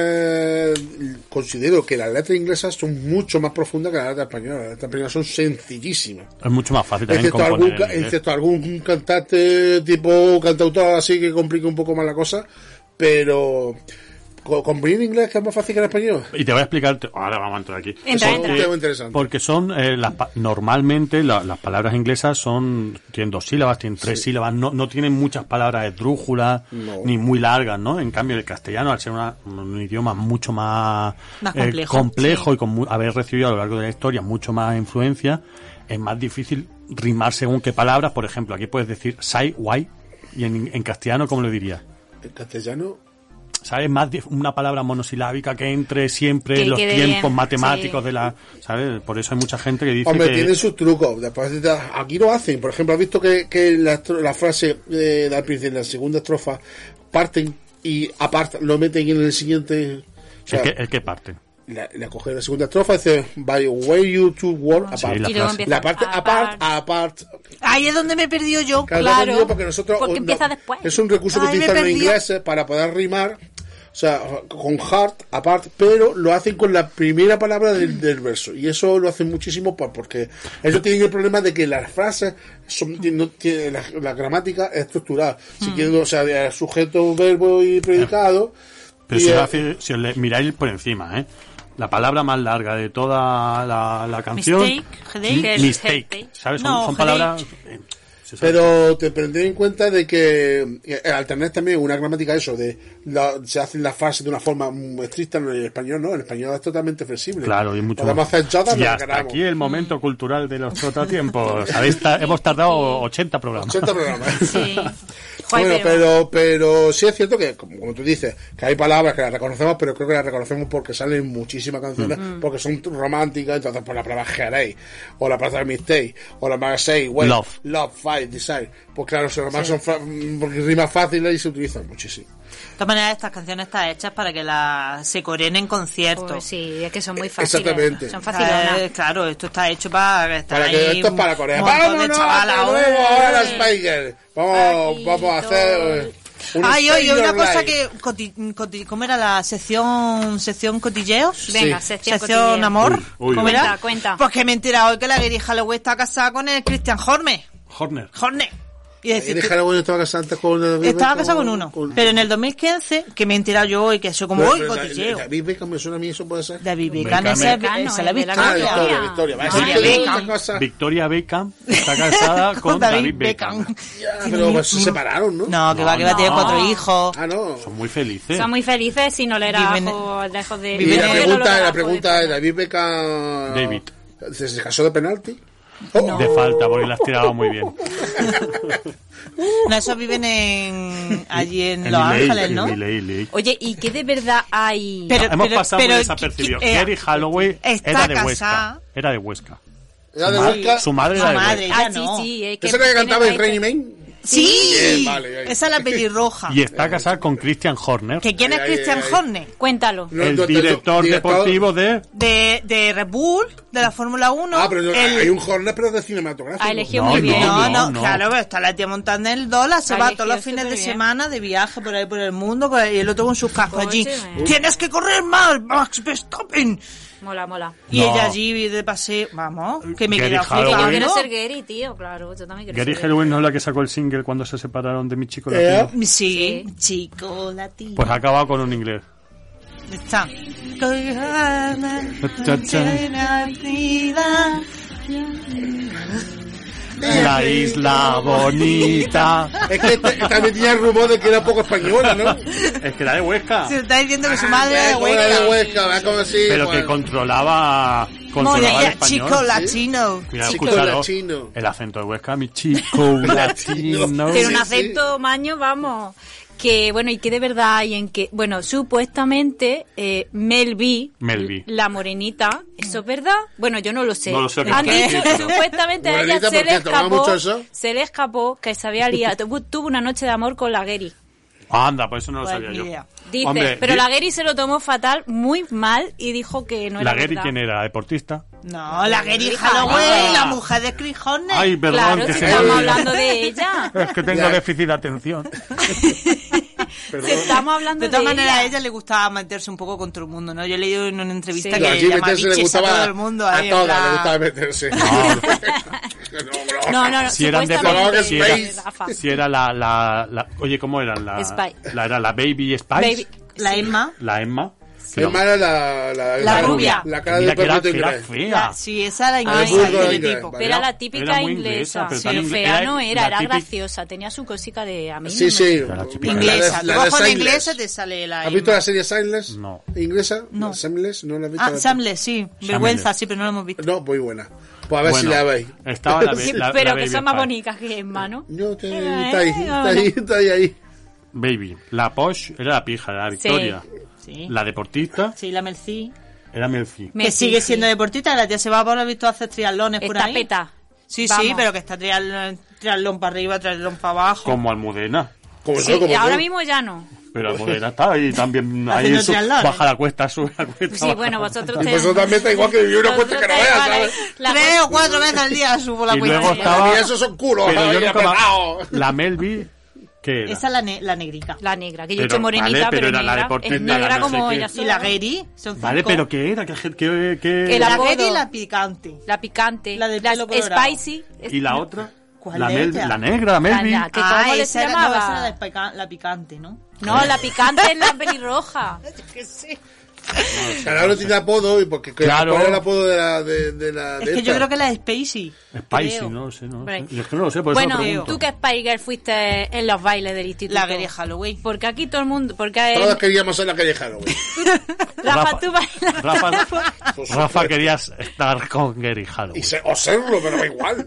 canciones, considero que las letras inglesas son mucho más profundas que las letras españolas. Las letras españolas son sencillísimas.
Es mucho más fácil también
Excepto algún,
componer.
ca-
en inglés.
excepto algún cantante tipo cantautor así que complica un poco más la cosa, pero co- componer en inglés que es más fácil que en español.
Y te voy a explicar, te- ahora vamos a entrar aquí.
Entra,
Eso es
entra.
un tema interesante.
Porque son, eh, las pa- normalmente la- las palabras inglesas son, tienen dos sílabas, tienen tres sílabas, no, no tienen muchas palabras esdrújulas,
No.
ni muy largas, ¿no? En cambio, el castellano, al ser una- un idioma mucho más, eh,
Más complejo,
complejo y con mu- haber recibido a lo largo de la historia mucho más influencia, es más difícil rimar según qué palabras. Por ejemplo, aquí puedes decir sai, guay, y en, en castellano, ¿cómo lo dirías?
En castellano
¿Sabes? Más dif- una palabra monosilábica que entre siempre
Que
en los
quede
tiempos
bien,
matemáticos
sí.
de la. ¿Sabes? Por eso hay mucha gente que dice
Hombre,
que.
tienen sus trucos. Después te das- aquí lo hacen. Por ejemplo, has visto que, que la, estro- la frase de la, de la segunda estrofa parten y aparte lo meten en el siguiente. O sea,
el, que, el que parte.
la, la coge la segunda estrofa y dice By where you to work
Sí,
apart.
la
y luego
frase.
empieza
la parte apart,
apart.
apart.
Ahí es donde me he perdido yo.
Cada
Claro,
vez digo porque nosotros
porque
no,
empieza después. Ah,
Es un recurso que
Ay, me
utilizan los
perdí.
ingleses para poder rimar. O sea, con heart, apart, pero lo hacen con la primera palabra
Mm.
del, del verso. Y eso lo hacen muchísimo pa- porque ellos tienen el problema de que las frases, son, no tienen- la, la gramática es estructurada. Si
Mm.
quieren, o sea, de sujeto, verbo y predicado.
Pero
y,
si,
eh,
os hace- si os le- miráis por encima, ¿eh? La palabra más larga de toda la, la canción.
Mistake, headache.
Mi- Mistake.
Headache.
¿Sabes? Son,
No,
son
headache.
palabras. eh, se sabe.
Pero te prendré en cuenta de que eh, al tener también una gramática eso, de la- se hacen las frases de una forma muy estricta, no, en el español no, en el español es totalmente flexible.
Claro, y mucho
Podemos
más.
hacer yadas,
Y
las
hasta
ganamos.
aquí el momento cultural de los trotatiempos. Habéis ta- hemos tardado 80 programas.
80 programas.
Sí. Joder,
ah. Bueno, pero,
pero-
pero sí es cierto que, como, como tú dices, que hay palabras que las reconocemos, pero creo que las reconocemos porque salen en muchísimas canciones, porque son románticas, entonces por la palabra Jerey, o la palabra Mistake, o la palabra Say, Wait,
Love.
Love, Fight, Desire. Pues claro, son, además son fra- mm, porque rimas fáciles y se utilizan muchísimo.
De todas maneras, estas canciones están hechas para que la, se coreen en conciertos.
Pues sí, es que son muy fáciles.
Eh, Exactamente.
Son
Eh,
fáciles.
claro, esto está hecho para estar
Para que
ahí
esto es
un
para Corea.
montón de
¡Vámonos!
chavalas,
¡Hasta
¡ole!
luego! ¡Ahora las Spiker! Vamos,
Aquí
vamos a hacer... eh, un
Ay, oye,
Spiker
una cosa
Live.
que coti- coti- ¿cómo era la sección sección cotilleos?
Venga,
Sí.
sección
Sección
cotilleo.
amor.
Uy, uy,
¿Cómo
uy.
era?
Cuenta, cuenta.
Pues que me he enterado hoy que la Gary Halloween está casada con el Christian Horne.
Horner.
Horne. Y
Y
decir,
dejaron uno estaba casado antes con... David
estaba
Beckham,
casada con uno.
con- Pues,
Pero en el 2015, que me he enterado yo hoy, que eso como
Pero-
hoy
pero David
cotilleo.
David Beckham me suena a mí, eso puede ser.
David Beckham,
Beckham,
esa
Beckham,
esa es la
eh, de la
Ah,
victoria.
Victoria, Victoria. Va,
Victoria
sí, que
Beckham.
otra cosa.
Victoria Beckham está casada con, David, Beckham.
Ya, Pero pues, se separaron, ¿no?
No, que
No,
va, que va, tiene
no.
cuatro hijos.
Ah, no.
Son muy felices.
Son muy felices sin oler a
Viven-
ajo, lejos de...
Y
viven
la
en el-
pregunta, la
pues.
pregunta de David Beckham...
David.
¿Se se casó de penalti? Oh,
De falta, porque las tiraba muy bien.
No, esos viven en, allí en
En
Los
Lille,
Ángeles,
en
¿no?
Lille, Lille.
Oye, ¿y qué de verdad hay?
Pero-
Hemos pasado muy
pero-
desapercibido.
eh,
Gary Holloway
está
era de
casada.
Huesca. Era de Huesca.
¿Era de
Ma-
Huesca?
Su madre era
Su
de
madre.
Huesca.
ah,
ya
sí,
no.
sí. Es que
¿Esa era que
tiene
cantaba en
raíces.
Rainy Man?
Sí,
Bien, vale, ahí.
esa es la pelirroja.
Y está casada con Christian Horner,
¿Que quién es
Ahí, ahí,
Christian
ahí.
Horner?
Cuéntalo.
No,
el
no, no,
director
director-
deportivo de...
De, de Red Bull, de la Fórmula 1.
Ah, pero no,
el-
hay un Horner, pero de cinematográfico.
Ha elegido
No,
muy bien.
No, no,
No, no.
claro, pero está la tía montando el dólar, se
Ha
va todos
elegido
los fines de
superbién.
semana de viaje por ahí por el mundo con- y el otro con sus cascos allí.
Cócheme.
¡Tienes que correr más, Max Verstappen!
Mola, mola.
Y
No.
ella allí de pase, vamos, que me he
Gary
quedado
Halloween.
Yo
Claro.
quiero
flipando.
Ah, ser Gary, tío, claro. Yo también quiero
Gary
ser
Halloween no es la que sacó el single cuando se separaron de mi chico
Eh.
latino.
Sí, chico latino.
Pues ha acabado con un inglés.
Está.
cha, cha.
Eh.
la isla bonita.
Es que te- también tenía el rumor de que era poco española, ¿no?
Es que la de Huesca.
Se está diciendo
Ah,
que su madre era
como la de
hueca.
Huesca, ¿verdad? Como pues. así,
Pero
bueno.
que controlaba, controlaba el
Mona,
español.
chico latino.
Cuidado,
Chico
escúchalo.
latino.
El acento de Huesca, mi chico latino.
Tiene un
Sí,
acento maño, vamos. Que bueno, y que de verdad hay en que. Bueno, supuestamente eh, Mel B,
Mel B.
la morenita, ¿eso es verdad? Bueno, yo no lo sé.
No lo sé,
Han
porque-
dicho que supuestamente a ella
Morenita,
se
¿por
le,
qué? ¿Tomaba
escapó,
mucho eso?
se le escapó que se había liado. Tuvo- Tuvo una noche de amor con la Gary.
Anda, pues eso no lo
Pues
sabía
ni
yo.
idea.
Dice,
Hombre,
pero
di-
la Gary se lo tomó fatal, muy mal, y dijo que no era
la Gary,
verdad.
¿quién era? ¿Deportista?
No, la Gary
Ah.
Halloween, la mujer de Chris Horner.
Ay, perdón,
Claro,
que
si
se
estamos
me-
hablando de ella.
Es que tengo
Ya.
déficit de atención.
Si estamos hablando
De todas
de
maneras,
ella.
a ella le gustaba meterse un poco con todo el mundo, ¿no? Yo he leído en una entrevista
Sí.
que
No,
le
allí
llama
meterse le
biches a
gustaba
todo
a,
el mundo. ahí, en
todas,
plan-
le gustaba meterse.
No, no, no.
Si eran de
supuestamente
si
era
eran-
Rafa.
Si era la, la, la- Oye, ¿cómo eran? La,
Spy.
la era la Baby Spice.
Baby-
La Emma.
La Emma. que
Es
era-
mala la, la,
La rubia.
La cara
Mira
del
que era,
perrito
que era
inglés.
fea.
La- sí, esa era
Ay,
inglesa,
Burgos,
el
inglés,
estereotipo.
vale.
Pero era
Era-
la típica
era muy
inglesa,
inglesa, pero
pero
también
fea
era
no era,
la
era
típica-
graciosa, tenía su cosica de a mí.
Sí,
no me-
sí.
Era la típica.
Inglesa.
de- la
Tú
de
vas con
Shameless.
inglesa te sale la
¿Has visto
Emma.
la serie Silence?
No.
¿Inglesa?
No.
¿Shameless? ¿No la has visto?
Ah,
La-
Samles, sí. Vergüenza, sí, pero no la hemos visto.
No, muy buena. Pues a ver si
Bueno,
la veis.
estaba la
Sí,
ve- la-
pero
la
que
Baby
son más
Spice.
bonitas que Emma, ¿no?
No, te-
Eh,
está ahí, está ahí, está ahí, ahí.
Baby. La Posh era la pija, la Victoria.
Sí.
La deportista
Sí, la Melcí.
era Melfi.
Me
que sigue
sí,
siendo
sí.
deportista, la tía se va por haber visto hacer triatlones por
Está
ahí.
peta.
Sí, sí,
Vamos.
pero que está triatlón, triatlón para arriba, triatlón para abajo.
Como Almudena.
Como
Sí,
yo, como
ahora
tú.
mismo ya no.
Pero Almudena está ahí también. Ahí
Haciendo
su-
triatlón, ¿eh?
baja la cuesta, sube la cuesta.
Sí,
baja
bueno,
la
vosotros
Y
te-
vosotros también está igual que viví una cuesta que no
vosotros
veas,
te- vale,
¿sabes?
la
Tres o cuatro veces al día subo la
Y
cuenta.
luego
Sí.
estaba-
Y esos son culos,
Pero yo
¿sabes?
nunca me-
Apretado.
La Melvi, que era?
Esa es la, ne- la negrita.
La negra, que yo
Pero,
estoy morenita,
vale,
pero,
pero era la
negra.
deportista,
es negra
la no
como
sé qué.
ella
Y
sola.
la Gary, son
Vale,
cinco.
pero ¿qué era? ¿Qué, qué, qué-
Que
La
El
Gary y
apodo.
la picante.
La picante.
La del pelo colorado.
spicy.
¿Y la otra?
¿Cuál
la,
de
Melvi-
ellas?
la negra, la Melvi.
La- que cómo le
Ah, esa era- no,
llamaba.
esa era la, pica- la picante, ¿no?
No, la picante es la pelirroja.
Claro, ahora tiene apodo, y porque
Claro.
¿cuál es el apodo de la de, de la
Es
de
que yo
esta?
creo que la de Spacey.
Spicy,
creo.
no lo sé, no lo sé.
Hombre.
Yo es que no lo sé, por eso Pues lo
bueno,
pregunto.
tú que Spice Girl fuiste en los bailes del instituto.
La Gary Halloween.
Porque aquí todo el mundo. Porque él-
Todos queríamos ser la calle Halloween.
Rafa,
Rafa-
tú bailas.
Rafa,
Por
Rafa
supuesto.
querías estar con Gary Halloween.
Y se- o serlo, pero da igual.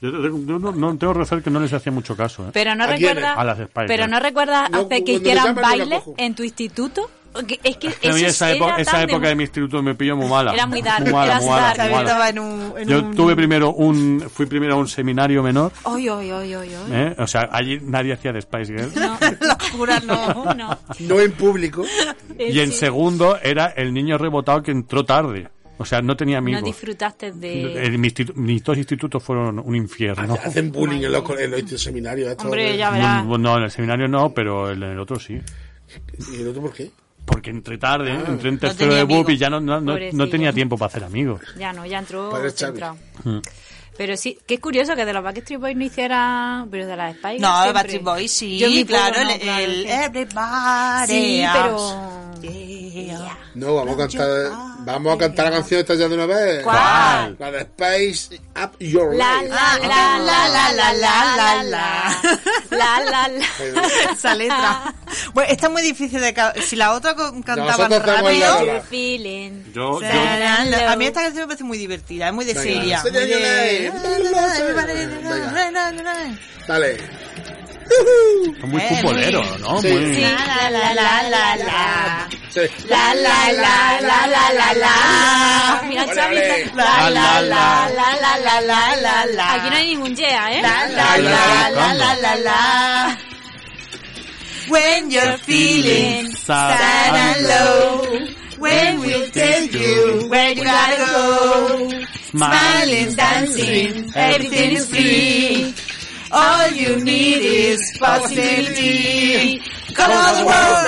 Yo, yo no, no tengo que reconocer que no les hacía mucho caso, ¿eh?
Pero no
¿A quiénes?
recuerdas.
A las Spice
Pero
Girls.
no recuerdas
No,
hacer que
cuando me
hicieran
llaman, yo la
baile
cojo.
en tu instituto. Porque Es que
A mí
eso
esa,
era
época,
tan
esa
de
época de mi instituto me pilló muy mala.
Era muy dark,
mala,
eras
muy mala,
dark.
muy
También
mala.
estaba en un... en
Yo
un-
tuve primero un... Fui primero a un seminario menor,
Oy, oy, oy, oy, oy.
¿eh? O sea, allí nadie hacía de Spice Girl.
No,
Locura,
no,
no.
no.
No en público.
Eh,
Y en
sí,
segundo era el niño rebotado que entró tarde. O sea, no tenía
No
amigos.
disfrutaste de.
El- mis, titu- mis dos institutos fueron un infierno.
Ah,
Hacen bullying en los, en los seminarios. esto
Hombre,
de-
ya verás.
No, no, en el seminario no, pero en el otro sí.
¿Y el otro por qué?
Porque entré tarde, entré en
Ah, tenía
tercero de BUP y
amigos.
ya no, no, no- no
Pobrecillo.
tenía tiempo para hacer amigos.
Ya no, Hmm. ya entró
Padre Xavi.
centrado. Pero sí, que es curioso que de los Backstreet Boys no hiciera. Pero de las Spice Girls
No,
siempre.
Backstreet Boys sí,
Yo en mi pueblo
claro,
no,
el,
claro,
el
sí.
Everybody.
Sí,
else.
pero-
Yeah.
No, vamos a cantar. Vamos a cantar la canción esta ya de una vez.
ah, ¿Cuál?
La de Space Up Your
La
Life.
la la la la la la la la la la la
Esa letra. Bueno, esta es muy difícil de ca- Si la otra con- cantaban
Nosotros hacemos
rápido.
la-
Your feeling.
Yo, yo-
A mí esta canción me parece muy divertida, es muy de seria. muy de-
Dale.
son muy
Eh,
futbolero, ¿no?
Sí.
Muy-
Sí.
La la la la la
Sí.
la la la la la la la Mira
Ole,
Xavi,
ole.
la la la la
La,
la la la la la Aquí no hay ningún yea, ¿eh? La la
la, la, la,
la, la. When you're feeling sad and low, when we'll tell you where you gotta go. Smiling, dancing, everything is free. All you need is positivity. Come on, the world!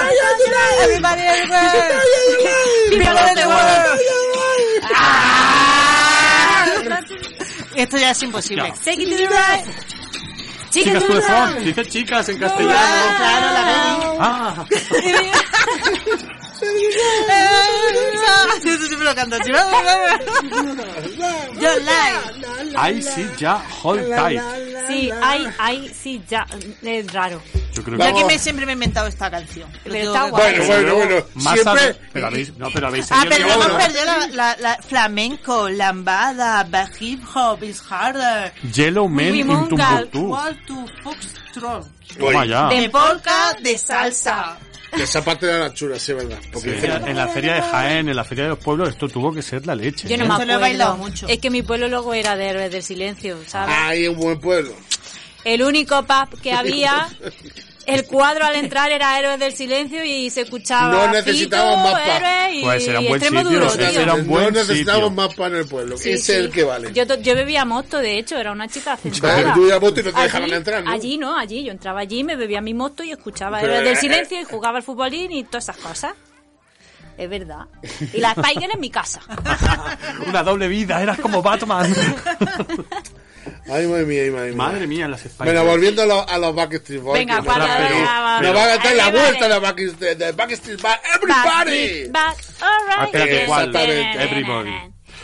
Everybody, everywhere! People of the world! Ah. Esto ya es imposible.
Ya.
Take it to the right.
Chicas, tú de front. Dice chicas en castellano.
Claro, la
Ah.
Eso siempre lo cantas. Yo live.
Ahí sí, ya, hold tight.
Sí, hay, hay, sí, ya. Es raro.
Yo creo
Ya
Vamos.
que me, siempre me he inventado esta canción. Lo
Pero
tengo
está guay.
que-
Bueno, bueno, bueno.
Más
Siempre.
a- Pero habéis, no, pero habéis
Ah,
seguido
pero
llevando-
hemos perdido la, la, la flamenco, lambada, ba- hip hop, is harder.
Yellow Man
Muy
in
monca,
Timbuktu.
Wall to foxtrot.
Toma
Oye,
ya.
De polka, de salsa.
que esa parte era la chula, sí, verdad. Porque
En la, en la feria de Jaén, en la feria de los pueblos, esto tuvo que ser la leche.
Yo no
¿eh?
me
Esto lo he
acuerdo.
bailado mucho.
Es que mi pueblo luego era de héroes del silencio, ¿sabes?
hay un buen pueblo.
El único pub que había, el cuadro al entrar era héroes del silencio y se escuchaba.
No necesitábamos
Fito,
más pub.
Héroes y
Pues era un buen
extremo
sitio,
duro,
o sea,
tío.
era un buen
no necesitamos
sitio.
más pan en el pueblo.
Sí,
Ese es
sí.
el que vale.
Yo, to- yo bebía mosto, de hecho, era una chica
Claro,
centrada.
tú ibas a voto y no te dejaban entrar, ¿no?
Allí no, allí. Yo entraba allí, me bebía mi mosto y escuchaba
Pero,
Héroes
eh,
del Silencio y jugaba al futbolín y todas esas cosas. Es verdad. Y la Spiker en mi casa.
Una doble vida, eras como Batman.
Ay, madre mía, ay, madre mía.
Madre mía, las Spice
Bueno, volviendo a los, a los Backstreet Boys.
Venga,
que
Juan,
nos va a-
pero-
ahora
Nos va a cantar la
Ahí vale.
vuelta de Backstreet, de Backstreet Boys. ¡Everybody!
Back, back, alright.
Espérate, Ah, ¿cuál?
Exactamente.
Everybody.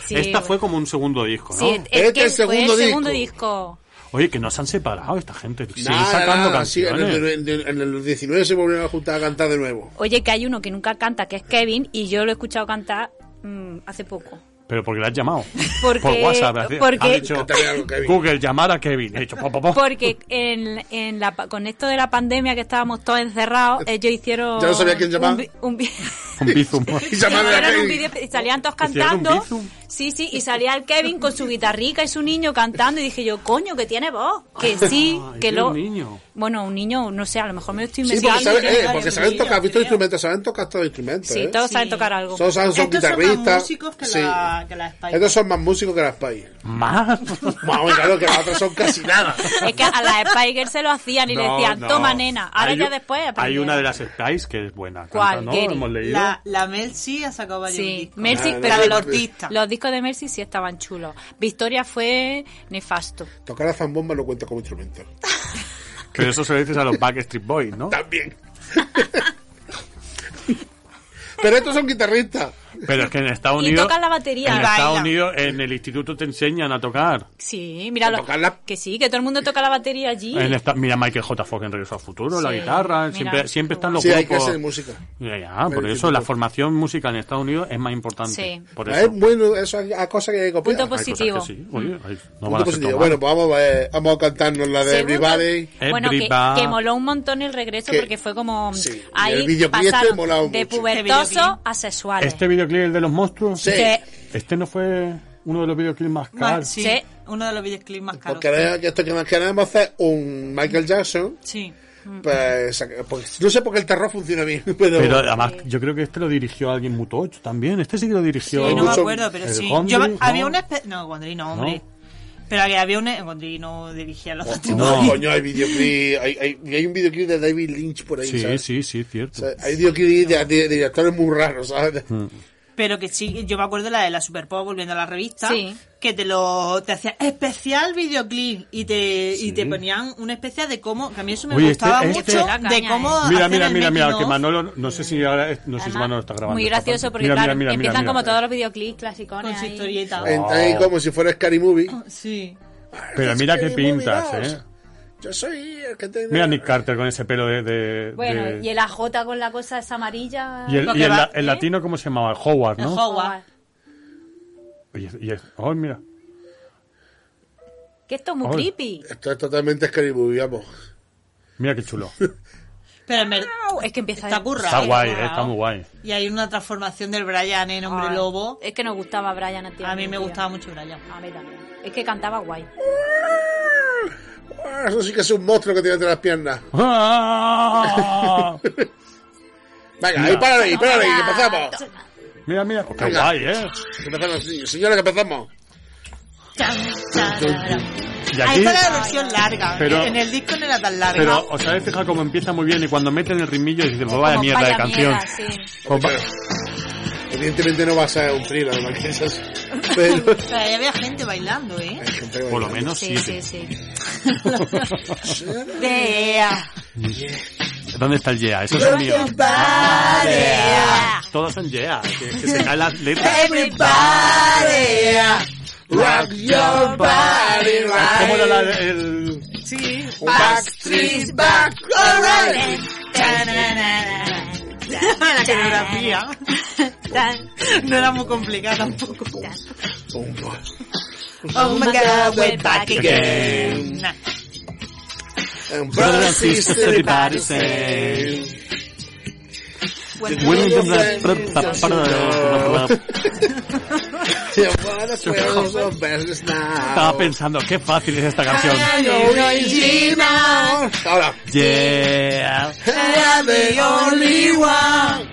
Sí,
Esta
bueno.
fue como un segundo disco, ¿no?
Sí, es
Este
que
es el
fue el
segundo
segundo
disco.
disco.
Oye, que no se han separado esta gente. Sigue
Nada,
sacando
nada, sí, en,
canciones.
el, en el- en el 19 se volvieron a juntar a cantar de nuevo.
Oye, que hay uno que nunca canta, que es Kevin, y yo lo he escuchado cantar mm, hace poco.
Pero porque la has llamado.
Porque-
Por WhatsApp. has-
porque-
has dicho,
Cántale algo, Kevin.
Google, llamar a Kevin. He dicho, po, po, po.
Porque en, en la, pa- con esto de la pandemia que estábamos todos encerrados, ellos hicieron.
Ya no sabía quién llamaba.
un vi- un vi-
Un bizum.
Y llamaron a
hicieron un
Kevin.
vídeo y salían todos
Hicieron un
cantando.
bizum.
Sí, sí, y salía el Kevin con su guitarrica y su niño cantando. Y dije yo, coño, que tiene voz. Que sí,
Ay,
que
qué
lo.
niño.
Bueno, un niño, no sé, a lo mejor me lo estoy
Sí, porque
inventando.
saben,
tiene
eh, porque
varios
saben
vídeos.
tocar, has visto instrumentos, saben tocar todos los instrumentos.
Sí,
eh.
todos saben tocar algo.
Todos saben- son,
Estos son más
guitarristas.
músicos que la- que la Spice
Estos son más músicos que las Spice.
Más.
Vamos, claro, que las otras son casi nada.
Es que a las Spiker se lo hacían y le
No,
decían,
no.
toma nena, ahora
Hay
ya
u-
después
Hay
aprendieron.
una de las Spice que es buena.
¿Cuál,
Canta, ¿no?
Keri?
Hemos leído.
La, la Mel sí ha sacado varios
Sí,
discos.
Mercy,
Ah,
pero
la
los,
deportista.
los discos de Mercy sí estaban chulos. Victoria fue nefasto.
Tocar la zambomba no cuenta como instrumento.
Pero eso se lo dices a los Backstreet Boys, ¿no?
También. Pero estos son guitarristas.
Pero es que en Estados
Y
Unidos.
tocan la batería.
En
Y
Estados
bailan.
Unidos, en el instituto te enseñan a tocar.
Sí, míralo.
Tocar la-
Que sí, que todo el mundo toca la batería allí.
En esta- mira Michael J. Fox en Regreso al Futuro, la
Sí,
guitarra.
mira,
siempre, siempre están los
Sí, hay
grupos.
clases de música.
Ya, ya, por
El
eso la
instituto.
formación musical en Estados Unidos es más importante.
Sí.
Por eso.
Es bueno, eso es a cosa que hay que copiar.
Punto
Hay cosas
positivo.
que sí. Oye, hay- no van
Punto
a ser
positivo.
tomadas.
Bueno, pues vamos, eh, vamos a cantarnos la de
Segundo-
Everybody.
Bueno, que,
Everybody.
que moló un montón el regreso
Que-
porque fue como
sí, y el
ahí
videoclip este
pasaron
molaba
de
mucho.
pubertoso a sexuales.
¿Este videoclip el de los monstruos?
Sí.
¿Este no fue uno de los videoclips más
Ma-
caros?
sí,
Sí.
uno de los videoclips más caros.
Porque ahora que esto que más queremos hacer un Michael Jackson.
Sí.
Mm.
Pues, saca- pues, no sé por qué el terror funciona bien, pero,
Pero además, yo creo que este lo dirigió alguien muy tocho también. Este sí que lo dirigió.
Sí, no me
Mucho-
acuerdo, pero
el
sí.
Gondry,
Yo-
¿no?
Había una especie... No, Gondry no, hombre. Pero había- había una... Gondry no dirigía los otros.
no,
No.
coño, hay videoclip, hay, hay, y hay un videoclip de David Lynch por ahí,
Sí,
¿sabes?
sí, sí, cierto.
O sea, hay videoclip de, de- de directores muy raros, ¿sabes?
Mm.
Pero que sí, yo me acuerdo la de la Super Pop volviendo a la revista,
Sí.
que te lo te hacía especial videoclip y te y te ponían una especie de cómo, que a mí eso me
Oye,
gustaba
este- este-
mucho
La caña, ¿eh?
de cómo
Mira,
hacían
mira,
el
mira, mira,
making
que
of.
Manolo, no sé si ahora, es- no sé si
Además,
Manolo está grabando.
Muy
esta
gracioso
parte.
porque
Mira,
claro,
mira, mira,
empiezan
mira,
como
mira.
todos los videoclips clasicones
con su
ahí.
historieta. Oh,
Entra ahí como si fuera Scary Movie.
Ah, Sí.
Pero mira qué pintas, eh.
Yo soy el que tengo...
Mira Nick Carter con ese pelo de. de-
Bueno,
de-
y el AJ con la cosa esa amarilla.
y el,
Lo
y
que
el
va,
la- el
¿eh?
latino, ¿cómo se llamaba? El Howard,
El
¿no?
Howard.
Oye, y es- oh, mira.
Que esto es muy
Ay.
creepy.
Esto es totalmente Scary Movie, vamos.
Mira qué chulo.
Pero en verdad
Au, Es que empieza
está currado.
Está guay, eh, está muy guay.
Y hay una transformación del Brian en hombre
Ay,
lobo.
Es que nos gustaba Brian a ti.
A mí me
tío.
gustaba mucho Brian.
A mí también. Es que cantaba guay.
Ah, Eso sí que es un monstruo que tiene entre las piernas.
¡Ah!
Venga,
Mira.
ahí, para ahí, para ahí, que empezamos.
Mira, mira, qué
Venga.
guay, eh.
Que empezamos, sí. Señores, que empezamos.
Chan, charara.
Y
Ah,
aquí,
esta era la versión larga.
Pero-
en el disco no era tan larga.
pero os habéis fijado cómo empieza muy bien y cuando meten el rimillo dicen, pues vaya
Como,
mierda de
vaya
canción.
mierda, sí.
Pues va-
Evidentemente no va a ser un thriller de Michael Jackson, pero...
Pero ahí había gente bailando, ¿eh?
Hay gente
Por lo
bailando.
menos
Sí,
siete.
sí, sí.
Vea.
¿Dónde está el Yeah? Eso es mío. Todos son Yeah. Que, que se caen las letras.
Rock your body
Es como
right.
la- la- el...
Sí.
Backstreet back, alright.
La coreografía. No era muy complicada tampoco.
Boom, boom.
Oh my god, we're back again.
And
Brother and
brothers and
sisters,
sisters,
everybody
everybody
sing.
sing.
Women don't like-
You wanna feel so bad
Estaba
now.
pensando, qué fácil es esta canción.
Ahora,
Yeah.
I'm the only one.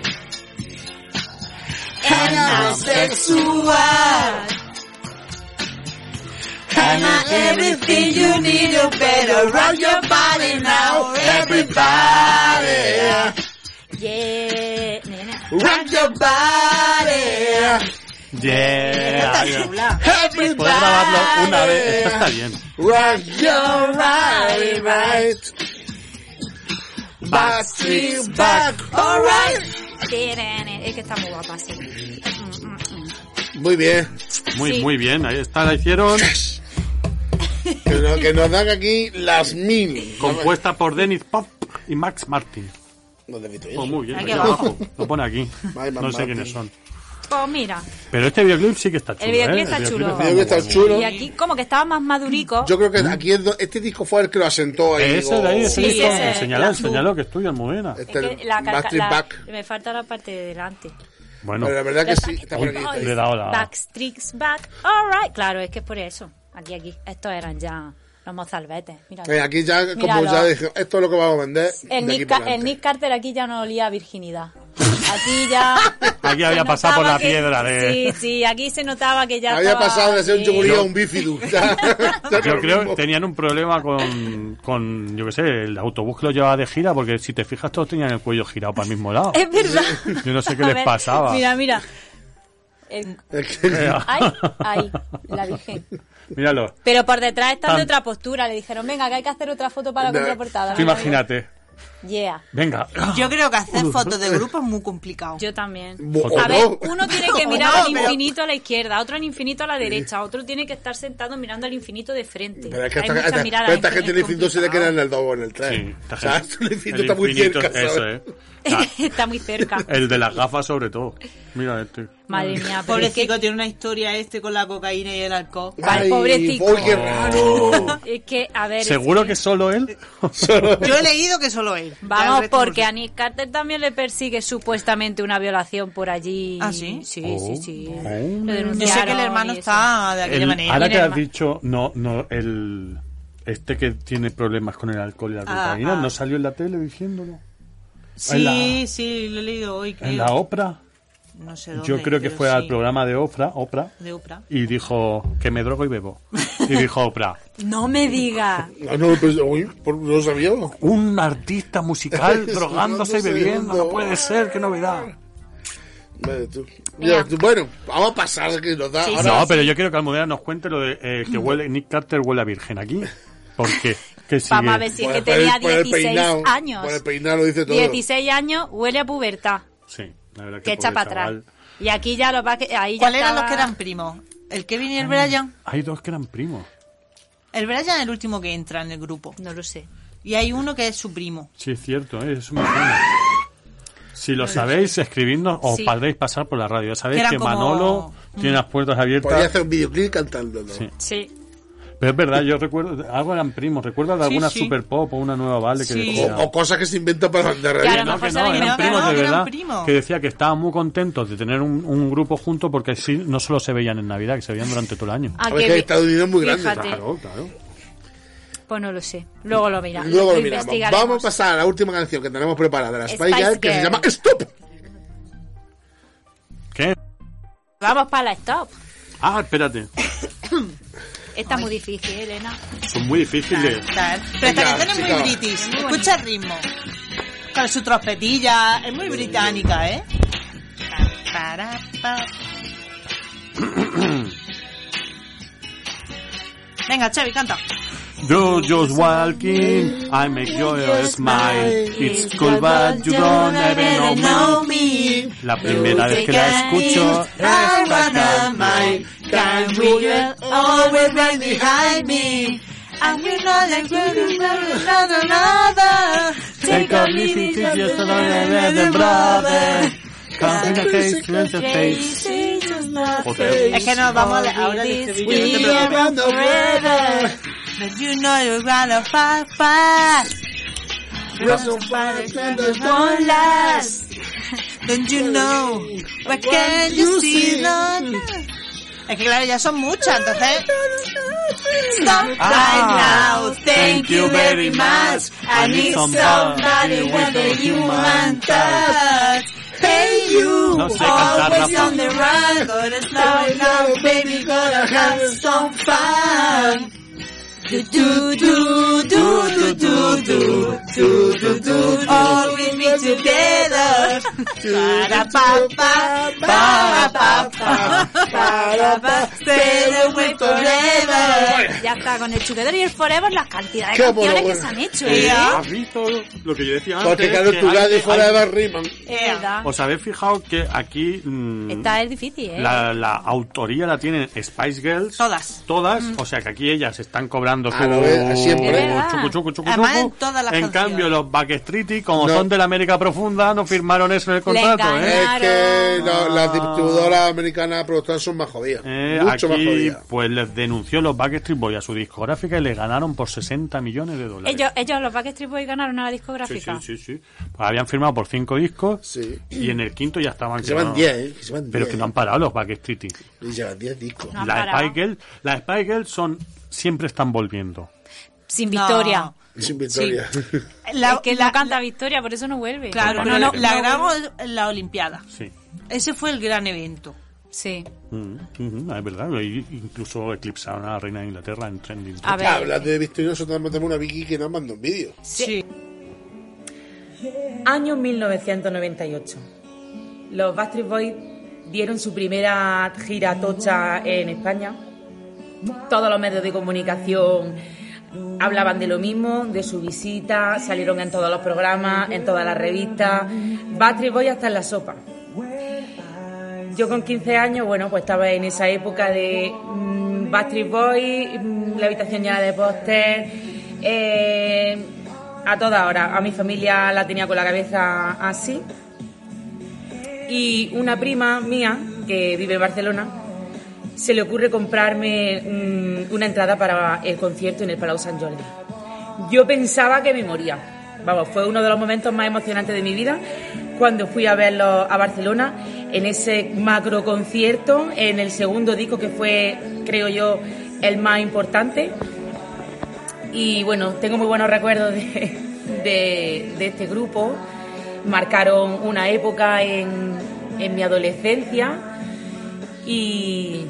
And I'm sexual. And I'm everything you need, you better rock your body now, everybody.
Yeah, nena.
Rock your body,
Yeah. Puedo grabarlo una vez. Esto está
everybody.
bien.
Rock your body right. Back streets back, alright.
Es que está muy guapa, sí. Mm, mm, mm.
Muy bien.
Muy,
Sí.
muy bien. Ahí está, la hicieron.
Que, no- que nos dan aquí las mil.
Compuesta por Dennis Pop y Max Martin.
No debito ir.
Pues muy bien.
Aquí
aquí
abajo.
abajo. Lo pone aquí.
Bye, Max
No sé
Martin.
quiénes son.
Pues mira,
Pero este videoclip sí que está chulo.
videoclip
¿eh?
está chulo.
Yo creo que está chulo.
y aquí como que estaba más madurico.
Yo creo que aquí es do- este disco fue el que lo asentó ahí.
Ese de ahí, ese
Sí,
disco.
ese,
Enseñalo,
la-
enseñalo, que es tuyo, Almudena.
Este
Es que
el
la carca-
Backstreet
la-
Back.
me falta la parte de delante.
Bueno,
Pero la verdad que
Los
sí,
Backstreet
está por aquí.
Boys.
está ahí.
Le he dado la-
Backstreet's back, alright. Claro, es que es por eso. Aquí, aquí. Estos eran ya los mozalbetes. Mira.
Eh, aquí ya, como
Míralo.
ya dije, esto es lo que vamos a vender.
El
de aquí
Nick,
para
Ca- el
adelante.
Nick Carter aquí ya no olía a virginidad. Aquí ya.
Aquí
se
había pasado por
notaba
la piedra de-
Sí, sí, aquí se notaba que ya.
Había
estaba-
pasado de ser un
sí.
yogurí a un bífido. Ya- ya
Yo
lo
creo que
mismo.
tenían un problema con, con, yo qué sé, el autobús que lo llevaba de gira, porque si te fijas todos tenían el cuello girado para el mismo lado.
Es verdad.
Yo no sé qué
A
les
ver,
pasaba.
Mira, mira. El-
Es que-
Ay, ay, la virgen.
Míralo.
Pero por detrás están de
Tan-
otra postura. Le dijeron, venga, que hay que hacer otra foto para la
No.
contraportada.
Tú
Mira,
imagínate.
mira. Yeah.
Venga.
Yo creo que hacer fotos de grupo es muy complicado.
Yo también.
Bo-
A
o
ver,
no.
uno tiene que
O
mirar
no,
al
pero-
infinito a la izquierda, otro al infinito a la derecha, otro tiene que estar sentado mirando al infinito de frente.
Pero es que
Hay
esta,
muchas
esta-
miradas,
pero esta
es
gente el infinito se le queda en
complicado.
el 2 o en el 3.
Sí, esta
o sea,
gente-
el infinito
el
está muy
infinito,
cerca,
Eso,
¿sabes?
eh. Ah,
Está muy cerca.
el de las gafas sobre todo. Mira este.
Madre mía, pero
Pobre
es que,
chico tiene una historia este con la cocaína y el alcohol.
Vale, pobrecico.
Paul Guerrero.
es que, a ver. es
¿Seguro que solo él?
Yo he leído que solo él. Ya el
Vamos,
resto no
porque
sé.
a Nick Carter también le persigue supuestamente una violación por allí.
¿Ah, sí?
Sí,
Oh.
sí, sí. Lo
Oh.
Yo sé que el
denunciaron
hermano
y eso.
está de aquella
El-
manera.
ahora que
Tiene
has
herma-
dicho, no, no, el... Este que tiene problemas con el alcohol y la
Ah,
cocaína,
ah.
¿no salió en la tele diciéndolo?
Sí,
en la-
sí, lo he leído hoy.
¿En
Creo.
la Oprah?
No sé dónde.
Yo creo que
pero
fue al
sí.
programa de Oprah, Oprah
De Oprah.
y dijo que me drogo y bebo. Y dijo Oprah,
No me diga.
Ah, no, pues, uy, por- no lo sabía.
un artista musical drogándose y
Drogándose y
bebiendo, no
bebiendo.
puede ser, qué novedad.
Vale, tú. Ya, tú, bueno, vamos a pasar que nos da. ahora,
No, pero yo quiero que Almudena nos cuente lo de eh, que huele, Nick Carter huele a virgen aquí. Porque, que sigue?
Vamos a ver si es que
por el-
tenía
por el
16
peinado,
años.
Por el peinado lo dice todo.
16 años huele a pubertad.
Sí, la verdad que,
Que echa
pobre
para atrás.
chaval.
Y aquí ya lo va que. Ahí ya
¿Cuáles eran los
estaba-
que eran primos? ¿El Kevin y el Brian?
Hay dos que eran primos.
El Brian es el último que entra en el grupo.
No lo sé.
Y hay uno que es su primo.
Sí, es cierto, ¿eh? eso me suena. Si lo sabéis, escribidnos o
Sí.
podréis pasar por la radio. Ya
Que
sabéis
eran
que
como-
Manolo tiene las puertas
Podría
abiertas.
hacer un videoclip cantándolo.
Sí.
Sí.
Pero es verdad, yo recuerdo, algo eran primos. ¿Recuerdas de
Sí,
alguna
sí.
super pop o una nueva Vale que
Sí.
O,
decía?
o cosas que se inventan para andar
Claro,
ahí, ¿no?
no. mejor
que no,
sabe que
eran
no, que
primos
no,
de
que eran
verdad.
primos.
Que decía que estaban muy contentos de tener un, un grupo junto porque así no solo se veían en Navidad, que se veían durante todo el año.
Ah.
A
A veces Estados Unidos es muy grande.
Fíjate.
Claro, claro.
Pues no lo sé. Luego lo miramos.
Luego lo miramos.
investigaremos.
Vamos a pasar a la última canción que tenemos preparada de las
Spice
Spice Girls, que se
Girls.
llama Stop.
¿Qué?
Vamos para la stop.
Ah, espérate.
Esta es muy difícil, Elena.
Son muy difíciles.
Tal. eh, Pero
Venga,
esta canción es
chica.
muy british. Escucha el ritmo. Con su trompetilla. Es muy británica, ¿eh? Para, para. Venga, Chavi, canta.
Do just walking, I make you smile. It's cool, but you don't even know me.
me.
La primera vez que la escucho
I wanna mind. Can we always right behind me? I'm with all the good another another.
Take a listen to your son and your brother. Come to face, to the face. Joder.
Es que nos vamos a la- ahora al estribillo, no te preocupes. But you know you're gonna fight, fight. won't last. Don't you know? What can you see? No, no. Es que claro, ya son muchas, entonces. Stop right now, thank you very much. Ah, I need somebody with a human touch. Hey you,
No sé cantar,
always
Rafa.
on the run. Gonna slow now, baby, gonna have some fun. Do do do do do do do do do do all we be together. Para pa pa para pa pa para pa stay away forever.
Ya está, con el Together y el Forever, las cantidades
Qué
de canciones
bueno,
que se han hecho, ¿eh?
Ea,
¿Has visto lo que yo decía antes?
Porque claro,
Que
tu
hay-
radio
hay-
fuera de Barriman.
Es verdad.
¿Os habéis fijado que aquí Pues, mm,
Esta es difícil, ¿eh?
la, la autoría la tienen Spice Girls?
Todas. Mm.
Todas, o sea que aquí ellas están cobrando su
Ah, lo ves, siempre.
Es verdad.
chucu, chucu, chucu,
Además,
chucu.
en todas las
En
canciones.
cambio, los Backstreety, como
No.
son de la América Profunda, no firmaron eso en el contrato,
engañan.
¿eh?
Es
Claro.
que lo- las distribuidoras americanas productoras son más jodidas.
Eh,
mucho más
aquí,
jodidas.
pues les denunció los Backstreet Boys a su discográfica y le ganaron por 60 millones de dólares.
Ellos, ellos, los Backstreet Boys ganaron a la
Sí,
discográfica.
sí, sí, sí. Pues habían firmado por cinco discos
Sí.
y en el quinto ya estaban.
Que llevan
no-
10, ¿eh? Que llevan
Pero
10.
que no han parado los Backstreet.
Y llevan 10 discos.
No han
las
parado.
Spice Girls- las Spice Girls son siempre están volviendo.
Sin
No.
Victoria.
Sin victoria.
es que no canta Victoria, por eso no vuelve.
Claro,
Por
pero
no,
la,
no,
la grabó en la Olimpiada.
Sí.
Ese fue el gran evento.
Sí.
Mm, mm, es verdad, y- incluso eclipsaron a la reina de Inglaterra en trending.
A ver.
Hablas de Victoria, nosotros mandamos una Vicky que nos mandó un vídeo.
Sí.
Año 1998. Los Backstreet Boys dieron su primera gira tocha en España. Todos los medios de comunicación hablaban de lo mismo, de su visita, salieron en todos los programas, en todas las revistas. Backstreet Boys hasta en la sopa. Yo con 15 años, bueno, pues estaba en esa época de mm, Backstreet Boys, mm, la habitación llena de póster, eh, a toda hora. A mi familia la tenía con la cabeza así. Y una prima mía, que vive en Barcelona, se le ocurre comprarme mm, una entrada para el concierto en el Palau San Jordi. Yo pensaba que me moría. Vamos, fue uno de los momentos más emocionantes de mi vida cuando fui a verlo a Barcelona en ese macro concierto, en el segundo disco que fue, creo yo, el más importante. Y bueno, tengo muy buenos recuerdos de, de- de este grupo. Marcaron una época en, en mi adolescencia. Y,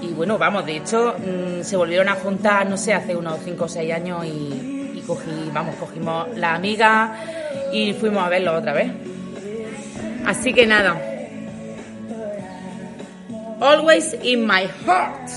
y bueno, vamos, de hecho, mm, se volvieron a juntar, no sé, hace unos 5 o 6 años y, y cogí, vamos, cogimos la amiga y fuimos a verlo otra vez. Así que nada. Always in my heart.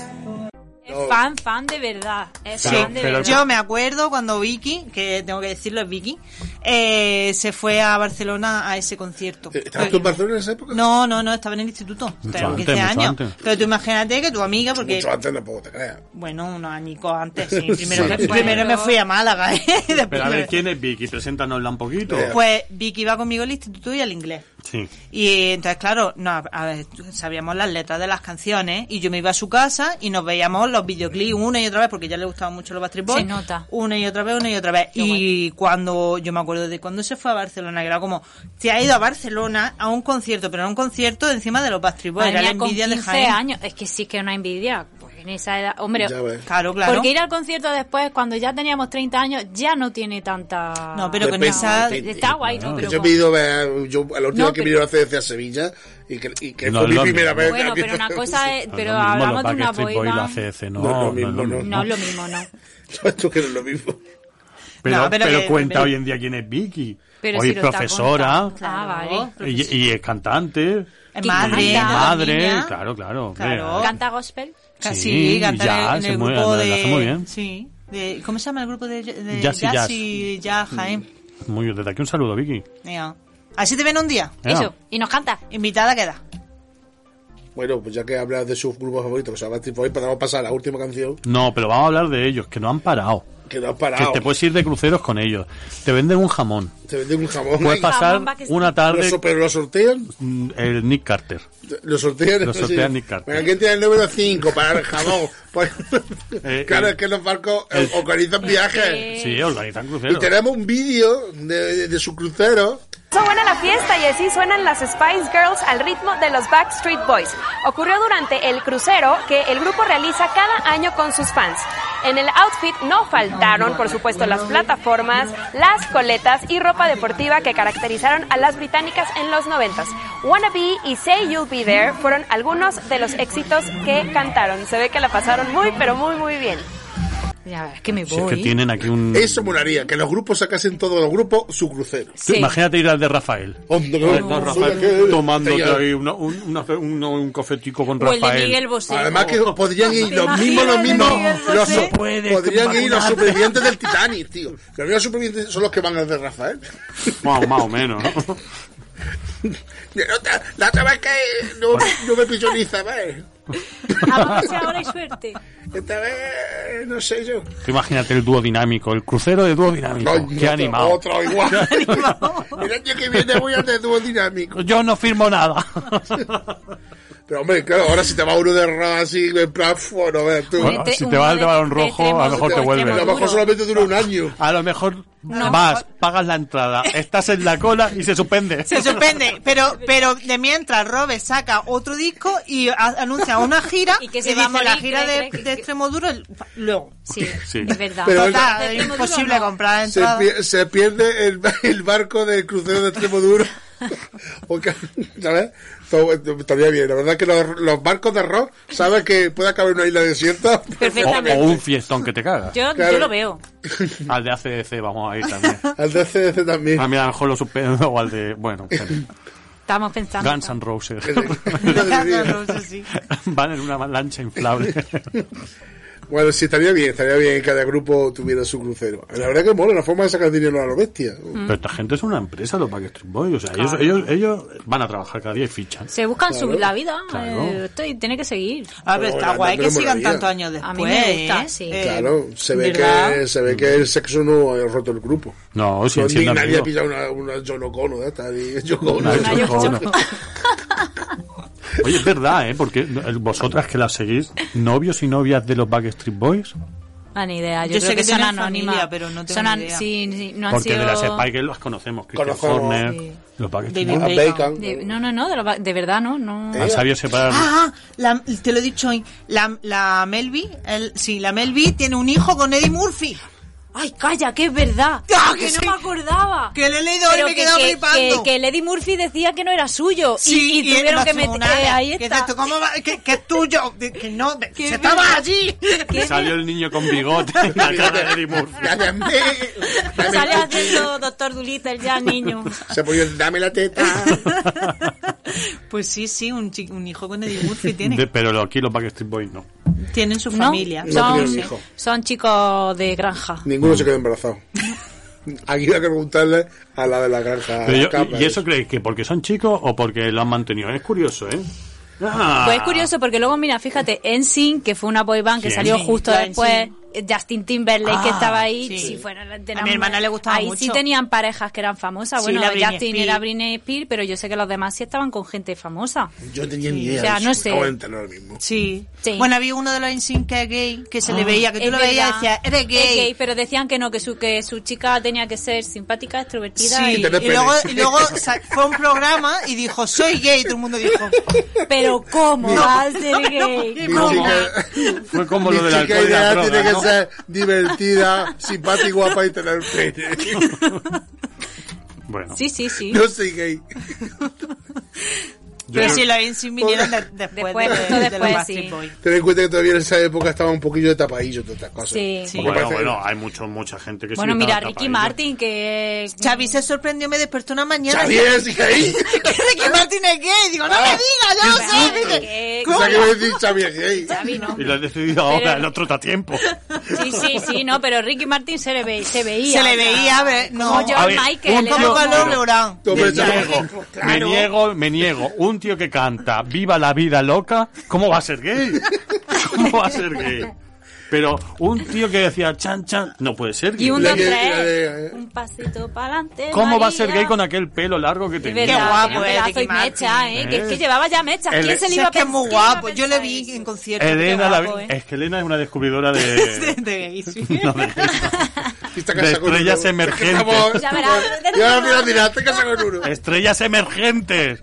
Es fan, fan de verdad. Es
Pero-
fan de
pero-
verdad.
Yo me acuerdo cuando Vicky, que tengo que decirlo es Vicky, eh, se fue a Barcelona a ese concierto.
Eh, ¿Estabas tú en Barcelona en esa época?
No, no, no, estaba en el instituto. Tenía
antes,
15
mucho
años.
antes.
Pero tú imagínate que tu amiga, porque.
Mucho antes tampoco te creas.
Bueno, unos añicos antes, sí. Primero,
Sí.
me- primero me fui a Málaga, ¿eh? Después
Pero a
me-
ver, ¿quién es Vicky? Preséntanosla un poquito.
Eh.
Pues Vicky iba conmigo al instituto y al inglés.
Sí.
Y entonces, claro, no, a ver, sabíamos las letras de las canciones y yo me iba a su casa y nos veíamos los videoclips una y otra vez porque ya le gustaban mucho los Backstreet Boys.
Se nota.
Una y otra vez, una y otra vez.
Qué
y cuando, yo me acuerdo de cuando se fue a Barcelona, que era como, se ha ido a Barcelona a un concierto, pero era un concierto encima de los Backstreet Boys.
Madre
Era la
mía, con
envidia
15
de Jaén.
años. Es que sí que es una envidia. Pues en esa edad. Hombre,
Ya ves.
Claro, claro.
porque ir al concierto después, cuando ya teníamos 30 años, ya no tiene tanta.
No, pero
Depende,
con esa...
depende.
Está guay, ¿no? Pero
yo he
con-
pedido ver, yo, a la última
No,
que
pero-
vinieron hace desde a Sevilla y que, y que
No,
fue
es
mi
lo
primera
mismo.
vez.
Bueno, pero una
Pues,
cosa es. Pero hablamos de una boina.
no,
No,
no
lo mismo,
es lo
no.
mismo.
No es lo mismo, no.
Esto que no es lo mismo.
Pero,
No, pero
pero
que-
cuenta
pero-
hoy en día quién es Vicky.
Pero
hoy
si
es
lo está
profesora
contando. Ah, vale.
y, y es cantante.
Es
Qué
madre,
canta.
madre,
niña.
claro, claro. hombre,
Claro.
ah.
Canta gospel.
Casi,
Sí,
cantar
ya,
en
se
el
mueve,
grupo
lo
de...
hace muy bien.
Sí. de- ¿Cómo se llama el grupo de, de
Jazz y Jazz.
y Jazz
Mm.
Jaén?
Muy bien, desde aquí un saludo, Vicky.
Venga. Así te ven un día.
Venga.
Eso, y nos canta.
Invitada queda.
Bueno, pues ya que hablas de su grupo favorito, que se llama Trip Boy, podemos pasar a la última canción
No, pero vamos a hablar de ellos, que no han parado.
que no has
Que
parado.
te puedes ir de cruceros con ellos. Te venden un jamón.
Te venden un jamón.
Puedes pasar
Jamón Backstreet.
una
Lo
tarde
so- pero lo sortean.
mm, el Nick Carter.
Lo sortean.
Lo
sí.
sortean Nick Carter.
Venga, ¿quién tiene el número 5 para el jamón? Pues-
Eh,
claro,
eh,
es que los barcos eh,
el-
organizan
eh,
viajes.
Sí, organizan
Y
cruceros.
tenemos un vídeo de, de- de su crucero.
Fue buena la fiesta y así suenan las Spice Girls al ritmo de los Backstreet Boys. Ocurrió durante el crucero que el grupo realiza cada año con sus fans. En el outfit no faltaron, por supuesto, las plataformas, las coletas y ropa deportiva que caracterizaron a las británicas en los noventas. Wanna Be y Say You'll Be There fueron algunos de los éxitos que cantaron. Se ve que la pasaron muy, pero muy, muy bien.
Ya, es que me
Si es que
voy.
tienen aquí un...
Eso molaría, que los grupos sacasen todos los grupos su crucero.
Tú
Sí.
Imagínate ir al de Rafael.
Hombre,
Ahí está Rafael tomándote
Tenía-
ahí una- un, una- un- un cofetico con
o el de
Rafael.
Miguel Bosé.
Además que podrían ir
¿Te
los mismos, los
imaginas,
mismos,
Miguel
los
Bosé?
so-
Puedes
podrían ir los
vacunarte.
supervivientes del Titanic, tío. Los mismos supervivientes son los que van al de Rafael.
Más, más o menos. ¿no?
La otra, la otra vez que no, no me pilló ni Isabel.
Vamos ahora hay suerte.
Esta vez, no sé yo.
Tú Imagínate el dúo dinámico, el crucero de dúo dinámico.
No,
Qué
otro-
animado.
Otro igual. El año que viene voy a tener dúo dinámico.
Yo no firmo nada.
Pero hombre, claro, ahora si te va uno de rap así, en plan, bueno, a ver, tú.
Bueno,
Este-
si te
uno
vas al
de-
de balón
de
rojo, a lo
extremo
mejor te
duro,
vuelves.
a lo
extremo
mejor
duro.
solamente dura un año.
A lo mejor vas, pagas la entrada, estás en la cola y se suspende.
Se suspende, pero pero de mientras Robert saca otro disco y a- anuncia una gira
Y que se va a
dice
morir,
la gira
cree,
de,
cree que-
de Extremoduro el- luego.
Sí,
Sí.
es verdad.
Pero-
Total,
el-
es imposible
no.
comprar
Se,
entradas.
pier- se pierde el, el barco del crucero de extremo duro. O que- ¿Sabes? To- Estaría bien. La verdad que los, los barcos de rock, ¿sabes que puede acabar en una isla desierta?
O,
Perfectamente.
o un fiestón que te cagas.
Yo,
Claro.
yo lo veo.
Al de ACDC vamos a ir también.
Al de CDC también.
A mí a lo mejor lo suspendo o al de. Bueno,
Estamos pensando.
Guns N' Roses.
Madre mía.
Van en una lancha inflable.
bueno, sí, estaría bien. Estaría bien que cada grupo tuviera su crucero. La verdad que mola la forma de sacar dinero a los bestias.
Pero esta gente es una empresa, los Backstreet Boys. O sea, ellos, ellos, ellos van a trabajar cada día y fichan.
Se buscan su la vida.
Claro.
eh, esto y tiene que seguir.
A ver,
Pero
está
bueno,
guay
pero
que sigan
molaría.
tantos años
A
después.
mí me gusta,
¿eh?
sí.
Eh,
Claro, se ve,
¿verdad?
que, se ve que el sexo no ha roto el grupo.
No, sí,
No, Pues
sí,
ni
no,
nadie
no.
ha pillado una, una ¿eh? Yonocono de estas. ni- Yocono.
Una Yocono.
Yo- yo-
Oye, es verdad, ¿eh? Porque vosotras que las seguís, novios y novias de los Backstreet Boys,
Ah, ni idea. Yo,
Yo
creo
sé que
son
tienen
anónimas.
familia, pero no tengo
son
ni
an-
idea.
Sí, sí, no han
porque
sido...
de las Spice Girls las conocemos, Christian
Conocemos,
Horner,
sí.
los Backstreet
David
Boys.
A Bacon.
de- no, no, no, de, la- de verdad, no. no.
Han sabido separar.
Ah, la- te lo he dicho hoy. La, la Melby, el, sí, la Melby tiene un hijo con Eddie Murphy.
Ay, calla, que es verdad.
Ah,
que
que
no
sí.
me acordaba.
Que lo he leído hoy y
Pero
me he quedado flipando.
que- que Lady Murphy decía que no era suyo. y-
Sí,
y, tuvieron
el
que meter.
matrimonial.
eh, ahí
¿Qué es
está.
esto? ¿Cómo va? Que, que es tuyo. Que, que no, que
Que
se
es verdad.
estaba allí.
Ah,
Y salió el niño con bigote y la cara de Eddie Murphy.
Dame, dame
Sale
el cuchillo.
haciendo Doctor Dolittle ya, niño.
Se ponía, dame la teta.
Ah.
Pues sí, sí, un, chi- un hijo con Eddie Murphy tiene.
De- pero lo- aquí los Backstreet Boys no.
Tienen su
No,
familia.
No
son,
tuvieron hijo.
son chicos de granja.
Ninguno se quedó embarazado. Aquí hay que preguntarle a la de la granja. a
Pero
la
yo-
Capra,
¿Y eso creéis que porque son chicos o porque lo han mantenido? Es curioso, ¿eh? Ah.
Pues es curioso porque luego, mira, fíjate, NSYNC, que fue una boy band que
Sí,
salió
NSYNC,
justo
la
después,
NSYNC.
eh, Justin Timberlake que
Ah,
estaba ahí,
sí.
si fuera la-
A mi hermana le gustaba
ahí sí
mucho.
tenían parejas que eran famosas.
Sí,
bueno,
la Britney
Justin
Spears.
era Britney Spears, pero yo sé que los demás sí estaban con gente famosa.
Yo tenía ni idea.
O sea,
de
no
eso,
sé.
me acabo de enterar ahora mismo.
Sí.
Sí. Ah,
Bueno, había uno de los Insync que es gay, que se le veía, que tú
Es
lo veías y
verdad,
decías, eres gay.
es pero decían que no, que su, que su chica tenía que ser simpática, extrovertida.
Sí,
Y tener
y luego,
pene.
y luego sa- fue a un programa y dijo, soy gay, y todo el mundo dijo,
y- pero ¿cómo? Al ser gay.
Mi
¿Cómo?
chica,
Fue como
mi
lo del
chica
alcohol y la
ideal
droga,
tiene
¿no?
que ser divertida, simpática, y guapa y tener pene.
Bueno,
Sí, sí, sí.
No soy gay.
Pero si lo ven sin vinieron de-
Después,
después,
justo
de, de los
después,
Backstreet
sí.
Boys.
Ten en cuenta que todavía en esa época estaba un poquillo de tapadillo todas estas cosas.
Sí.
Sí.
Bueno,
parece-
bueno, hay mucho, mucha gente que se
Bueno,
le
mira,
tapa
Ricky
ello.
Martin, que.
Xavi se sorprendió, me despertó una mañana.
Xavi es, hija, ahí.
¿Qué Ricky Martin es gay? Digo, no me digas, yo lo sé. Dice,
que-
O sea, que iba a decir Xavi es gay.
Xavi, no.
Y lo has decidido ahora,
Pero-
el otro tiempo.
Sí, sí, sí, no, pero Ricky Martin se le, ve- se veía.
Se le
o sea,
veía, a ver, no.
Como
A
George
ver,
Michael.
un
era
Como
tío-
como-
Colón Leurán.
Tú, hombre,
Me niego,
tú-
me niego, me niego. Un tío que canta Viva la vida loca, ¿cómo va a ser gay? ¿Cómo va a ser gay? Pero un tío que decía chan chan, no puede ser gay.
Y un,
La
dos,
que-
tres.
la de-
Un pasito para adelante.
¿Cómo va a ser
María?
gay con aquel pelo largo que
Es
tenía?
verdad,
guapo
tenía un
es
pedazo
Ricky
y mecha,
Martin.
¿eh?
¿Eh?
Que es que llevaba ya mechas.
El-
¿Quién se le
Sí,
iba
es
a
que es muy
pensar- quién iba a
guapo. Yo le
pensar
vi
eso?
en concierto.
Elena,
qué
la-
guapo, eh.
es que Elena es una descubridora
De-
de,
de gay, sí.
no, de gay,
Y está
De
casada con
estrellas
uno.
emergentes.
Estamos-
Ya verás.
Y ahora al final dirá, te casas con uno.
no. Estrellas emergentes.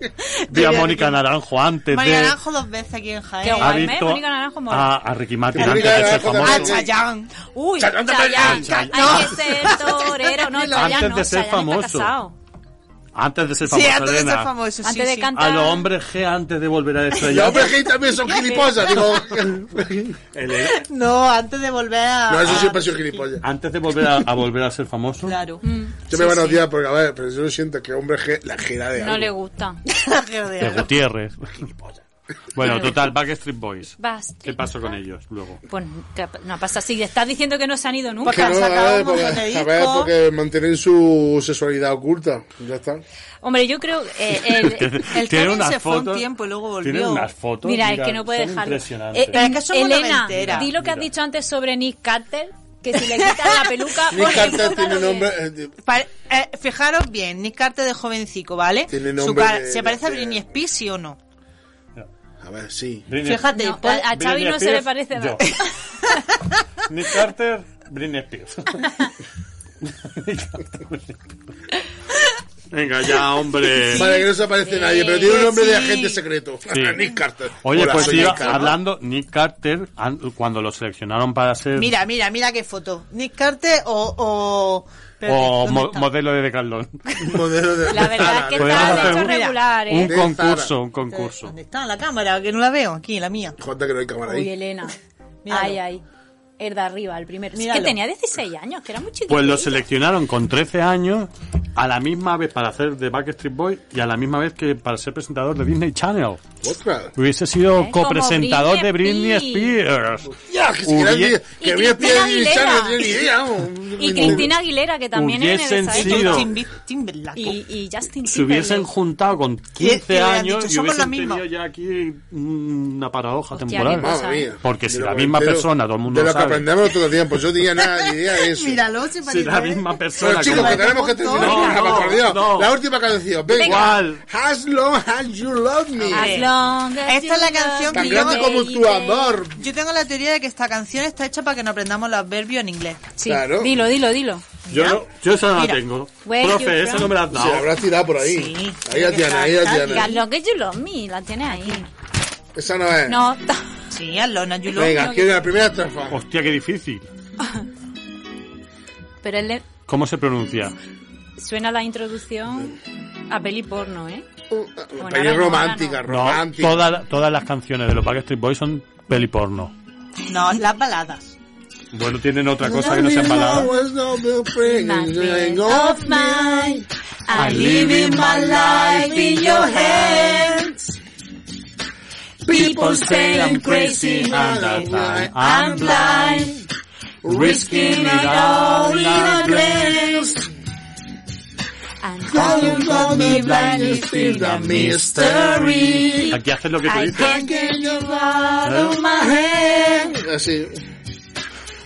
Vi a Mónica Naranjo antes
María
de...
Naranjo ¿eh? dos veces aquí en
Qué
Jaén.
guay.
Ha
Ay, me,
visto
Mónica Naranjo mola.
a, a Ricky Martin
Mónica
antes de ser
Naranjo
famoso.
A
también.
Chayán.
Uy,
Chayanne
Chayanne.
también.
Hay
Chayanne.
que ser torero. No, Chayanne
Antes
no.
de ser
Chayanne está
famoso.
casado.
Antes de ser famoso,
Sí, antes de ser
Elena.
famoso. sí,
Antes de
sí.
cantar.
A los hombres G antes de volver a
Los
estrellar.
hombres gay también son gilipollas. Digo,
Elena.
No, antes de volver a.
no, eso
a-
siempre ha sido
Ah,
gilipollas.
Antes de volver a, a volver a ser famoso.
Claro.
Yo me van a odiar porque, a ver, pero yo siento que hombre G, la gira de
No
algo.
le gusta.
De Gutiérrez. Bueno, total, Backstreet Boys.
Backstreet
¿Qué pasó con ellos luego?
Pues que- no pasa así. Estás diciendo que no se han ido nunca.
Que no, a
sacado
ver,
un
porque,
montón de
a ver,
discos.
porque mantienen su sexualidad oculta. Ya está.
Hombre, yo creo eh, el,
El Kevin se fue un tiempo y luego volvió.
Tiene unas fotos.
Mira, es que no puede
son
dejarlo.
impresionantes.
Eh,
Pero es que somos
Elena,
noventera.
di lo que has
Mira.
dicho antes sobre Nick Carter, que si le quitas la peluca...
Nick
pone
Carter
todo
tiene
lo que-
nombre. eh, de-
Pa- eh, fijaros bien, Nick Carter de jovencico, ¿vale?
Tiene
Su
nombre
cara-
de- este
¿Se parece a
de-
Britney Spears, sí o no?
A ver, sí.
Britney-
Fíjate,
No,
pon-
a, a Xavi
Britney
no se le
Spears,
parece
yo.
nada.
Nick Carter, Britney Spears. Nick Carter, Britney Spears. Venga, ya, hombre.
Vale, que no se aparece nadie, pero tiene un
que
nombre de
sí.
agente secreto. Nick Carter.
Oye,
Hola,
pues
soy
sí,
Nick Carter.
hablando, Nick Carter, an- cuando lo seleccionaron para ser
Mira, mira, mira qué foto. Nick Carter o... o... espérate,
o
¿dónde
mo-
está?
modelo de Decathlon.
Modelo de-
La verdad es que
Podemos
está de
hacer
hecho
un-
regular,
Un
¿eh?
De
concurso,
Zara.
un concurso.
¿Dónde está la cámara? Que no la veo aquí, la mía.
Jota, que no hay cámara
Uy,
ahí.
Elena.
Míralo.
Ay, ay. El de arriba, el primero. Es que
Míralo.
tenía 16 años, que era muy chiquito.
Pues lo seleccionaron con 13 años a la misma vez para hacer de Backstreet Boy y a la misma vez que para ser presentador de Disney Channel.
Otra.
Hubiese sido
como
copresentador de Britney
Britney
Spears.
Ya, que si era
Hubie-
el- que
Y
había
Cristina
pie de Chano,
Aguilera.
no tiene ni idea. vamos.
Y Cristina Aguilera, que también era en
Hubiesen
esa
sido-
época.
Sido.
Timbi- Timberlake.
Y, y Justin
Se hubiesen
Timberlake.
juntado con
¿Qué- qué
15
le han
años
dicho?
y
Somos la
hubiesen
misma.
tenido ya aquí una paradoja
Hostia,
temporal.
qué cosa.
Madre mía.
Porque si
De
la
lo
misma
entero-
persona, todo el mundo
De
lo
lo que
sabe.
aprendemos todo el tiempo. pues Yo tenía nada, ni idea de eso.
Míralo, se parece.
Si la
¿eh?
misma
Pero
persona...
chicos, que tenemos que terminar.
No,
Venga,
no,
por Dios.
no.
La última canción. Venga.
¿Cuál?
As long as you love me.
As long as
Esta
you
es la
love
canción
me,
Tan grande
yo-
como tu
baby.
amor.
Yo tengo la teoría de que esta canción está hecha para que no aprendamos los adverbios en inglés.
Sí,
Claro.
dilo, dilo, dilo.
Yo, no- yo esa no la
Mira.
tengo.
Where you
Profe, esa
from?
no me la has
Se la
dado.
habrás tirado por ahí.
Sí.
ahí la tiene, ahí la
Y as
tiene.
long as you love me, la tienes ahí.
Esa no es.
No,
Sí, Alona, you love
Venga, quiero la primera estrofa.
Hostia, qué difícil.
pero él le-
¿Cómo se pronuncia?
suena la introducción a peli porno, ¿eh?
Una
ahora
peli
no,
romántica,
No,
romántica.
toda- todas las canciones de los Backstreet Boys son peliporno.
me. No, las baladas.
Bueno, tienen otra cosa que no sean baladas.
Nothing of mine, I live in my life in your hands. People say I'm crazy and that I'm- I'm blind, risking it all in a glance. And calling for me blind is still a mystery.
Aquí haces lo que tú
I
dices.
can't get you out of my head.
Así.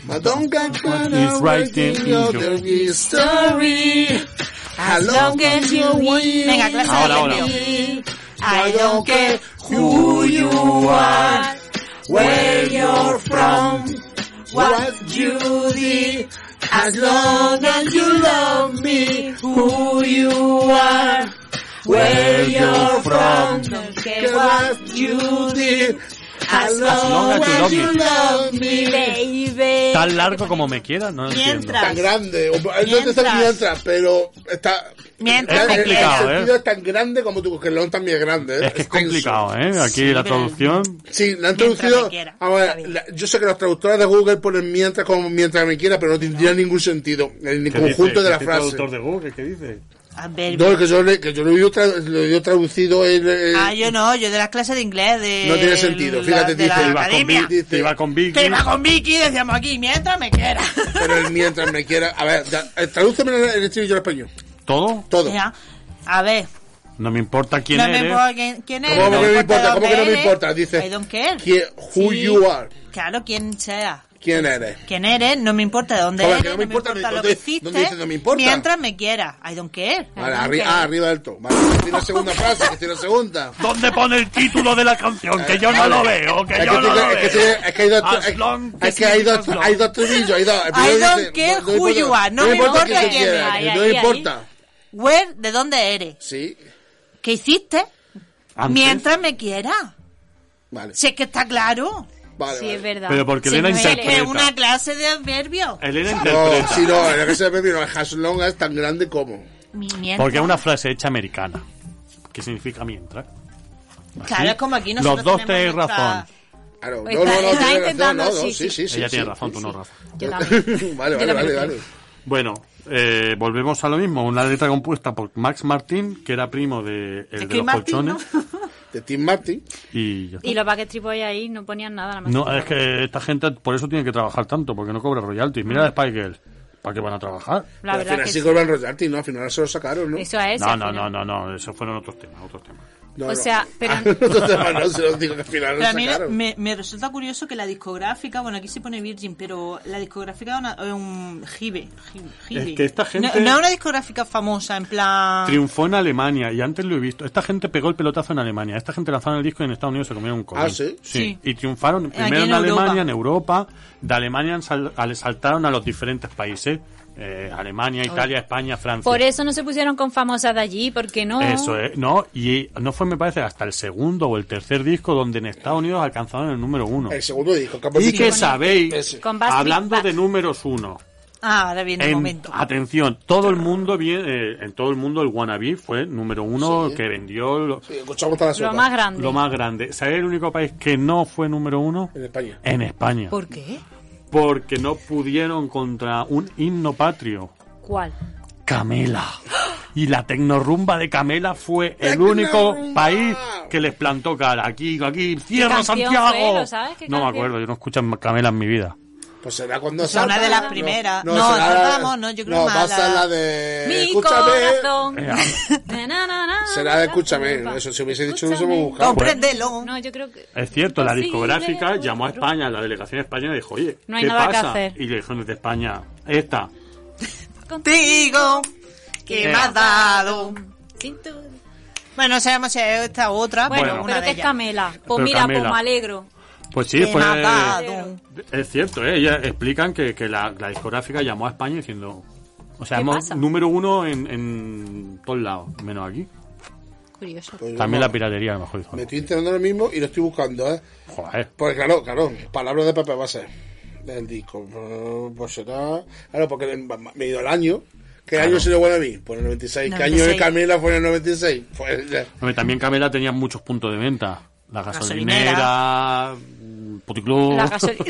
But don't get caught
It's
up
right
in
in
your
your-
dirty story. As long as you win.
Venga, clase
Ahora,
de
ahora.
adverbios.
I don't care who you are, where you're from, what you did, as long as you love me, who you are, where you're from, care what you did,
As long as you love me.
love me.
Baby.
Tan largo como me quieras, no lo entiendo.
Mientras.
tan grande. o- No te
Mientras.
está mientras, pero está.
Mientras
el-
me
el
quieras.
sentido es tan grande como tú, que el león también es grande.
¿eh? Es que es complicado, ¿eh? Aquí la
pero-
traducción.
Sí, la han
Mientras
traducido.
me quiera.
Vamos a ver,
Está bien.
la- yo sé que los traductores de Google ponen mientras como mientras me quiera, pero no tendría ningún sentido en el
¿Qué dice?
conjunto de la
¿Qué
frase.
traductor de Google? ¿Qué dice?
A ver,
No, que yo, le- que yo lo he oído tra- lo he oído traducido en. eh,
Ah, yo no, yo de las clases de inglés. De,
No tiene sentido,
la-
fíjate,
de la
dice,
iba con,
academia.
Vic-
Dice-
te iba con Vicky.
Que iba con Vicky, decíamos aquí, mientras me quiera.
Pero el mientras me quiera. A ver, da- eh, tradúceme el, el estribillo al español.
¿Todo?
Todo.
Ya. A ver,
No me importa quién
no me
eres.
importa quién, quién es.
¿Cómo que no me importa?
dónde
¿Cómo que no me
eres,
importa? Dice.
I don't care.
¿quién- who
Sí.
you are.
Claro, quien sea.
¿Quién eres?
Quién eres, no me importa de dónde
Joder,
eres,
que
no
no
me
me
importa,
importa, me-
lo que
¿dónde-
hiciste.
dónde dice no me importa?
Mientras me quiera. I don't care.
Vale,
I don't
arri-
care.
ah, arriba del todo. Vale, tiene la segunda frase, que tiene la segunda.
¿Dónde pone el título de la canción? Que yo no lo veo, que
Es que,
yo no lo
tiene- es que
veo.
tiene- es que hay dos,
As
es-
long
es que hay dos,
as long.
hay dos trivillos, hay dos. El primero
don't
dice,
care
no- no
who
importa-
you are, no me importa
quién
quién eres.
quieras,
Ahí,
no
ahí,
importa.
Where, ¿de dónde eres?
Sí,
¿Qué hiciste?
Antes.
Mientras me quiera.
vale,
Si es que está claro.
vale.
Sí,
vale.
es verdad.
Pero porque
Si
Elena
no es que es
interpreta.
una clase de adverbio.
Elena
No,
interpreta.
sí, no, el que se me vino, el Haslong es tan grande como.
Mi- mientras-
Porque es una frase hecha americana. ¿Qué significa mientras?
Claro, es como aquí
Los
nosotros
dos tenéis
tenemos nuestra-
razón.
Claro, no,
Pues Está-
no, no,
está
tiene razón,
intentando,
no, no,
sí,
sí, sí, sí.
Ella tiene
sí.
razón, tú no, Rafa.
Yo también.
Vale,
Yo
vale,
también
vale,
lo
vale.
Bueno, eh, volvemos a lo mismo. Una letra compuesta por Max Martín, que era primo de, el de
Chris
los
Martin,
colchones.
De Tim Martin.
Y ya está.
Y los Backstreet Boys ahí no ponían nada. nada más.
No, es que esta gente por eso tiene que trabajar tanto, porque no cobra royalties.
Mm.
Mira a Spy Girl. ¿Para qué van a trabajar?
La
Pero al
verdad
final
que
sí
sí.
cobran royalties, ¿no? Al final se lo sacaron, ¿no?
Eso es. ¿eh?
No,
al
no,
final.
no, no, no, esos fueron otros temas, otros temas.
No,
O
no.
sea, pero-
Ah, no, no, no, se los digo que al final lo
Pero a mí
sacaron.
me, me resulta curioso que la discográfica, bueno, aquí se pone Virgin, pero la discográfica es, una- es un jibe. jibe, jibe.
Es que esta gente-
No, no es una discográfica famosa, en
Ah.
plan...
Triunfó en Alemania, y antes lo he visto. Esta gente pegó el pelotazo en Alemania. Esta gente lanzaron el disco y en Estados Unidos se comieron un colín.
Ah, ¿sí?
Sí.
Y triunfaron primero
Aquí
en,
en
Alemania,
Europa.
en Europa. De Alemania han sal- al- saltaron a los diferentes países. Eh, Alemania, Italia, España, Francia.
Por eso no se pusieron con famosas de allí, porque no.
Eso es, no, y no fue, me parece, hasta el segundo o el tercer disco donde en Estados Unidos alcanzaron el número uno.
El segundo dijo, que
Y que sabéis,
Ese.
Con Bass
hablando
Big
de
Bass.
números uno,
Ah, ahora viene el
en-
momento.
atención, todo el mundo, bien, eh, en todo el mundo el Wannabe fue número uno que vendió lo,
Sí, escuchamos toda la sopa.
Lo más grande.
lo más grande. ¿Sabéis el único país que no fue número uno?
En España.
En España.
¿Por qué?
Porque no pudieron contra un himno patrio.
¿Cuál?
Camela. Y la tecnorrumba de Camela fue el único
Tecnorrumba.
país que les plantó cara. Aquí, aquí, cierra
canción
Santiago.
fue? ¿Lo sabes? ¿Qué
no me
canción?
acuerdo, yo no escucho Camela en mi vida.
Pues será cuando
sea, una
salga,
de las
¿no?
primeras. No,
será-
salgamos, no, yo creo
no,
más
va a ser
la-
la de...
Mi
escúchame.
corazón.
Eh,
Na, na, na, na,
Será de
na, na,
Escúchame.
na.
Eso, si hubiese dicho, no se
Escúchame.
me buscado.
Compréndelo.
No, yo creo que.
Es cierto, la
Posible,
discográfica
no,
llamó a
no.
España, la delegación española, y dijo, oye,
No hay
¿qué
nada que
pasa?
hacer.
Y le dijeron desde España, esta.
Contigo,
Eh,
que me has dado.
Sin tu-
Bueno, sabemos si es esta u otra,
Bueno,
pero una
pero
de
que es
ellas.
Camela. Pues
Pero
mira,
Camela.
pues me alegro.
Pues sí,
Que
fue...
me has dado.
Es cierto, ¿eh? ellas explican que, que la, la discográfica llamó a España diciendo, o sea,
¿Qué
hemos
pasa?
número uno en, en todos lados, menos aquí.
Curioso.
Pues yo
También
no,
la piratería, a lo mejor. dijo,
Me estoy enterando lo mismo y lo estoy buscando, ¿eh?
Joder.
Pues claro, claro. Palabras de Pepe va a ser. El disco. eh, Pues será... Claro, porque me he ido el año. ¿Qué año se le vuelve a mí? Pues en el 96. ¿Qué año de
96?
Camila fue en el 96? Pues ya.
Hombre, también Camela tenía muchos puntos de venta. La gasolinera,
Gasolinera.
mm, puticlub,
La gasolina.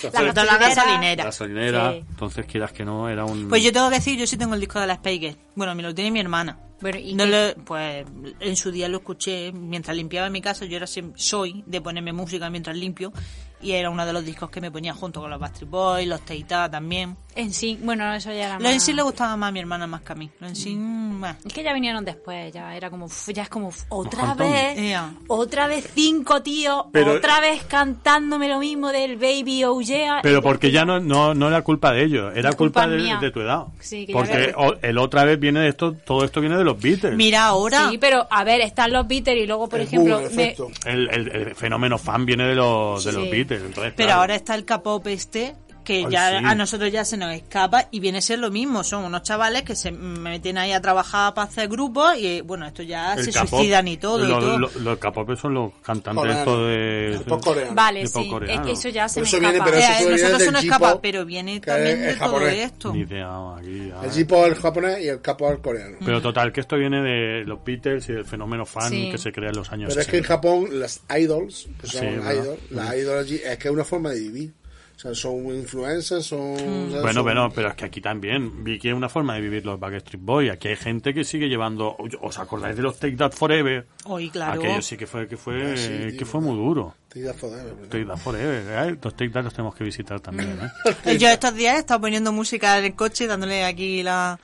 Sobre todo la gasolinera.
gasolinera.
Sí.
Entonces, quieras que no, era un...
Pues yo tengo que decir, yo sí tengo el disco de las Spice Girls. Bueno, me lo tiene mi hermana.
Bueno, ¿y
No
qué?
lo- pues en su día lo escuché mientras limpiaba mi casa. Yo era siem- soy de ponerme música mientras limpio. Y era uno de los discos que me ponía junto con los Backstreet Boys, los Teita también.
En sí, bueno, eso ya era
Los en
más.
sí le gustaba más a mi hermana más que a mí. Los en sí, mm, bah.
Es que ya vinieron después, ya era como, uf, ya es como, uf, otra
cantan.
vez,
Ea.
otra vez cinco tíos,
Pero-
otra vez cantándome lo mismo del Baby Oh Yeah.
Pero porque ya no, no, no era culpa de ellos, era
Es
culpa,
culpa
de,
mía.
de tu edad.
Sí, que ya
porque
había-
o- el otra vez viene de esto, todo esto viene de los Beatles.
Mira ahora.
Sí, pero a ver, están los Beatles y luego, por
El
ejemplo,
boom, el
me-
efecto.
El, el- el fenómeno fan viene de los, de
Sí.
los Beatles. Entonces,
Pero
claro,
ahora está el K-pop este que
Ay,
ya
sí.
a nosotros ya se nos escapa y viene a ser lo mismo. Son unos chavales que se meten ahí a trabajar para hacer grupos y eh, bueno, esto ya se
K-pop,
suicidan y todo. y
Los
todo.
lo, los K-pop son los cantantes
Coreano.
estos de.
El pop coreano.
Vale,
de pop
sí,
coreano.
eh, eso ya se
Por
me
eso viene,
escapa.
pero
Eh,
eso
a
puede
nosotros
venir
se nos
del
escapa,
J-pop,
pero viene
que
también
es
de todo
japonés.
esto.
Ni idea, aquí, a
El
ver.
J-pop el japonés y el K-pop el coreano.
Pero total, que esto viene de los Beatles y del fenómeno fan
Sí.
que se crea en los años
Pero es que en
60.
Japón las idols, que son
Sí, ¿verdad?
idols, las idols allí, es que es una forma de vivir. O sea, son influencers, son... o sea,
Bueno,
son-
bueno, pero es que aquí también vi que es una forma de vivir los Backstreet Boys. Aquí hay gente que sigue llevando. ¿Os acordáis de los Take That Forever?
Hoy, claro.
Aquello sí que fue que fue
Ah, sí, tío,
que fue muy duro.
Te irás a joder, ¿verdad?
Take That Forever, ¿eh? los Take That los tenemos que visitar también. ¿eh?
Eh, Yo estos días he estado poniendo música en el coche, dándole aquí la...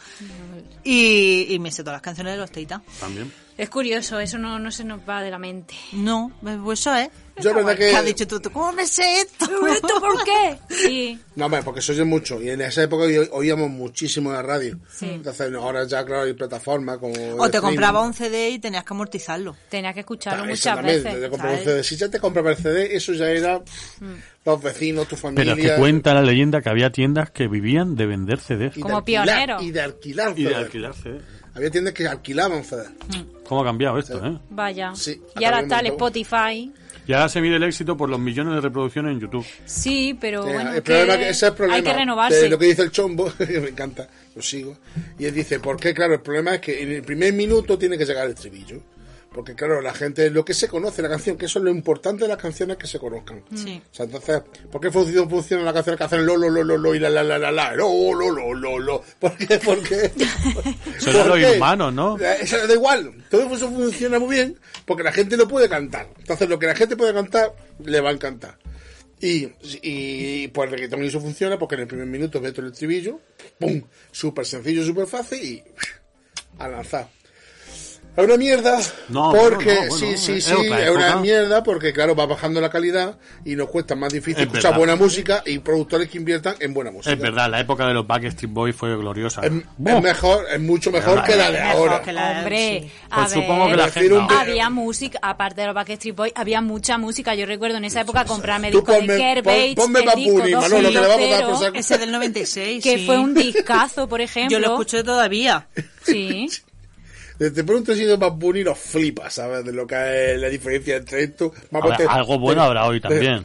Y, y me sé todas las canciones de los Teita.
También.
Es curioso, eso no, no se nos va de la mente.
No, pues eso es.
Yo es verdad
¿Qué has
que...
dicho tú? tú, ¿Cómo me sé esto?
¿Esto por qué? Sí.
No, hombre, porque se oye mucho. Y en esa época oí- oíamos muchísimo la radio. Entonces ahora ya, claro, hay plataformas como...
O te
streaming.
compraba un CD y tenías que amortizarlo.
Tenía que escucharlo
Eso
muchas
también,
veces.
te compraba un
¿sabes?
CD. Si ya te compraba el CD, eso ya era pff, los vecinos, tu familia...
Pero que cuenta la leyenda que había tiendas que vivían de vender CDs
y de
Como
alquilar-
pionero.
Y de alquilar
y de ¿eh?
CD.
alquilar CDs.
Había tiendas que alquilaban CD.
¿Cómo ha cambiado esto, eh?
Vaya.
Sí,
y ahora
acabemos
está el
luego.
Spotify.
Y ahora se mide el éxito por los millones de reproducciones en YouTube.
Sí, pero
Sí,
bueno,
el
que
problema que- ese es el problema
hay que renovarse.
de lo que dice el chombo, que me encanta, lo sigo. Y él dice, porque claro, el problema es que en el primer minuto tiene que llegar el estribillo. Porque claro, la gente, lo que se conoce, la canción, que eso es lo importante de las canciones que se conozcan.
Mm.
Sí.
O sea, entonces, ¿por qué funciona, funciona la canción que hacen lo, lo, lo, lo, lo y la, la, la, la, la, lo, lo, lo, lo, lo? ¿Por qué? ¿Por qué?
Son
¿Por
los
qué?
humanos, ¿no?
Eh, Eso da igual. Todo eso funciona muy bien porque la gente no puede cantar. Entonces, lo que la gente puede cantar, le va a encantar. Y, y pues el reggaetón y eso funciona porque en el primer minuto meto el estribillo, ¡pum! Súper sencillo, súper fácil y a lanzar. Es una mierda
No,
porque
bueno, no, bueno,
sí, sí,
es
sí,
otra
es una
época.
mierda porque claro, va bajando la calidad y nos cuesta más difícil
Es
escuchar
verdad.
buena música y productores que inviertan en buena música.
Es verdad, la época de los Backstreet Boys fue gloriosa.
Es, es
¡Buah!
mejor, es mucho mejor que la de
Mejor
ahora.
que la-
Hombre,
sí.
a
Pues
ver,
supongo que la
Prefiero
gente...
un
no.
pe-
había música, aparte de los Backstreet Boys, había mucha música. Yo recuerdo en esa época comprarme
Tú
discos de
ponme-
Kerr
pon-
Bates,
ponme
el
Bad
disco
Bunny, Manolo, que le vamos a dar por
2.0,
saco.
Ese del 96,
que
sí.
fue un discazo, por ejemplo.
Yo lo escuché todavía.
Sí.
Desde pronto si no Bad Bunny los flipas, ¿sabes? De lo que es la diferencia entre esto. Vamos,
Ahora,
te-
algo bueno
te-
habrá hoy
te-
también.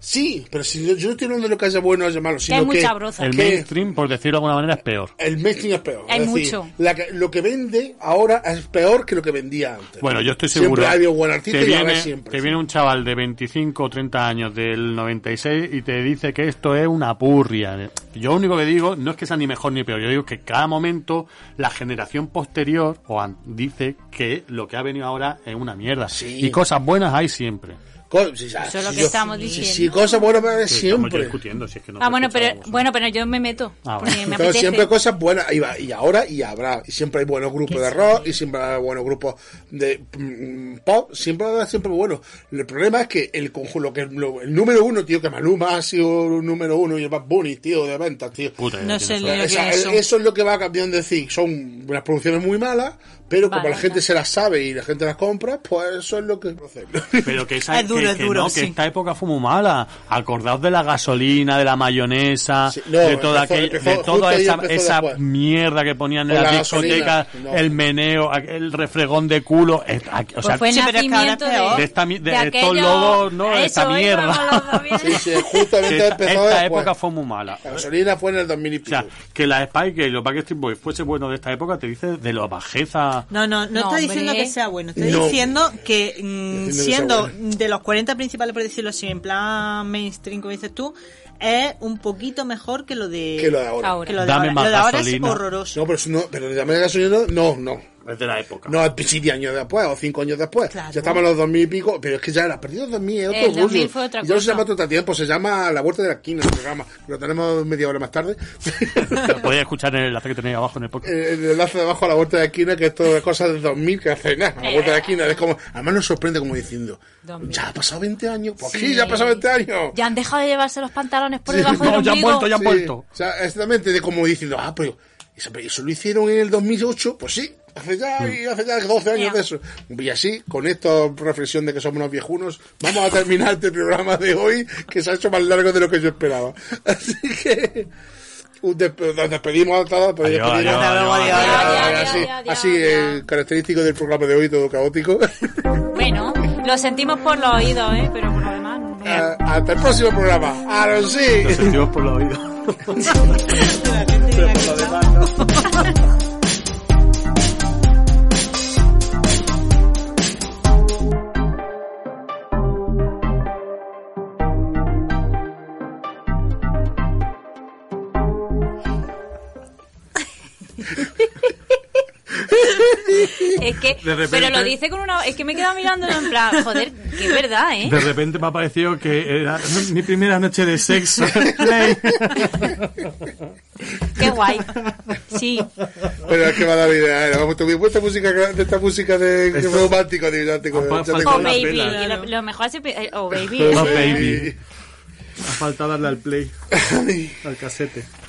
Sí, pero si yo, yo no estoy hablando de lo que haya bueno o haya malo, sino
hay
que,
mucha broza.
El
que
mainstream, por decirlo de alguna manera, es peor.
el mainstream es peor.
Hay
es decir,
mucho.
la que- lo que vende ahora es peor que lo que vendía antes.
Bueno, yo estoy
Siempre
seguro.
ha habido buen artista
te
y habrá
viene,
siempre.
te viene un chaval de 25 o 30 años del 96 y te dice que esto es una purria. Yo lo único que digo no es que sea ni mejor ni peor. Yo digo que cada momento la generación posterior o an- dice que lo que ha venido ahora es una mierda.
Sí.
Y cosas buenas hay siempre.
Co- si- ah,
Eso es lo
si
que
yo-
estamos
si-
diciendo.
Si cosas buenas van a haber
Que Estamos ya
siempre.
discutiendo si es que no
Ah,
se
bueno,
escucha
pero,
algo.
bueno, pero yo me meto.
Ah,
porque
bueno.
me
Entonces,
apetece.
siempre cosas buenas, y, va- y ahora y habrá, y siempre hay buenos grupos de rock, y siempre hay buenos grupos de mm, pop, siempre habrá siempre buenos. El problema es que el conjunto, lo que lo- el número uno, tío, que Maluma ha sido el número uno y el Bad Bunny, tío, de ventas, tío.
Puta,
No
ya
sé,
tienes-
Leo.
O sea,
quiénes son.
eso es lo que va cambiando de decir, son unas producciones muy malas, pero como
Vale,
la gente
vale.
se las sabe y la gente las compra, pues eso es lo que
Pero que, esa,
Es duro,
que-
es
que
duro,
no,
sí.
que esta época fue muy mala. Acordaos de la gasolina, de la mayonesa,
Sí, no,
de toda,
empezó-
aquel-
empezó-
de
justo
toda
ahí
esa,
empezó
esa
después.
mierda que ponían en
Con
las
la
discotecas,
gasolina, no.
el meneo, el refregón de culo. es- aquí- O
Pues
sea,
fue el
sí, pero es que ahora
nacimiento
es peor.
de,
de esta mi- de estos
aquello-
logos, ¿no?
a
De esta
eso íbamos
mierda.
los dos bien.
Sí, sí,
que
justamente
esta,
empezó
esta
después.
época fue muy mala.
La gasolina fue en el 2000 y
O
pico.
sea, que la Spike y los Backstreet Boys fuese bueno de esta época, te dice de la bajeza.
No,
No,
no, no, está
hombre.
diciendo que sea bueno. Está
No.
diciendo que mm,
Diciendo que sea
siendo
bueno.
de los 40 principales, por decirlo así, en plan mainstream, como dices tú, es un poquito mejor que lo de
que lo de ahora.
Ahora.
que lo de
Dame
ahora.
más
Lo de ahora
gasolina.
es horroroso.
No, pero, eso no, pero la manera gasolina, no, no.
Es de la época.
No, al- siete años después o cinco años después.
Claro.
Ya estamos en los dos mil y pico, pero es que ya era perdido dos mil, es otro
El 2000
rollo.
fue
Ya
otra
no se
cosa.
llama todo este tiempo, se llama La Vuelta de la Esquina el programa. Lo tenemos media hora más tarde.
Lo podéis escuchar en el enlace que tenéis abajo en el podcast.
el enlace de abajo a La Vuelta de la Esquina, que esto es cosa de 2000 que hace nada. La Vuelta de la Esquina es como, además nos sorprende como diciendo,
2000.
ya ha pasado 20 años, pues sí, ya ha pasado 20 años.
Ya han dejado de llevarse los pantalones por debajo del
No, ya han
ombligo.
vuelto, ya han
Sí,
vuelto.
O sea, exactamente, de como diciendo, ah, pero eso, pero eso lo hicieron en el 2008, pues sí. Hace
Mm.
ya, y hace ya 12 años de eso. Y así, con esta reflexión de que somos unos viejunos, vamos a terminar este programa de hoy, que se ha hecho más largo de lo que yo esperaba. Así que... un despe- Nos despedimos a todos, pero
Adiós,
despedimos.
adiós,
Así-
adiós,
adiós,
así,
adiós, adiós,
así,
adiós.
eh, característico del programa de hoy, todo caótico.
Bueno, lo sentimos por los oídos, ¿eh? Pero por lo demás... no.
Ah, hasta el próximo programa. Ahora sí.
Lo sentimos por los oídos.
Es que...
De repente-
Pero lo dice con una... Es que me he quedado mirándolo en plan... Joder, que es verdad, ¿eh?
De repente me ha parecido que era mi primera noche de sexo. Play.
Qué guay. Sí.
Pero es que me ha dado idea. Era, vamos, te hubiera puesto música de esta música de
Esto-
romántico, de romántico.
Ah,
ya
pa-
te-
O
Con las
baby.
velas,
Lo, lo mejor es... eh, O
Oh,
baby.
baby. Ha faltado darle al play, al casete.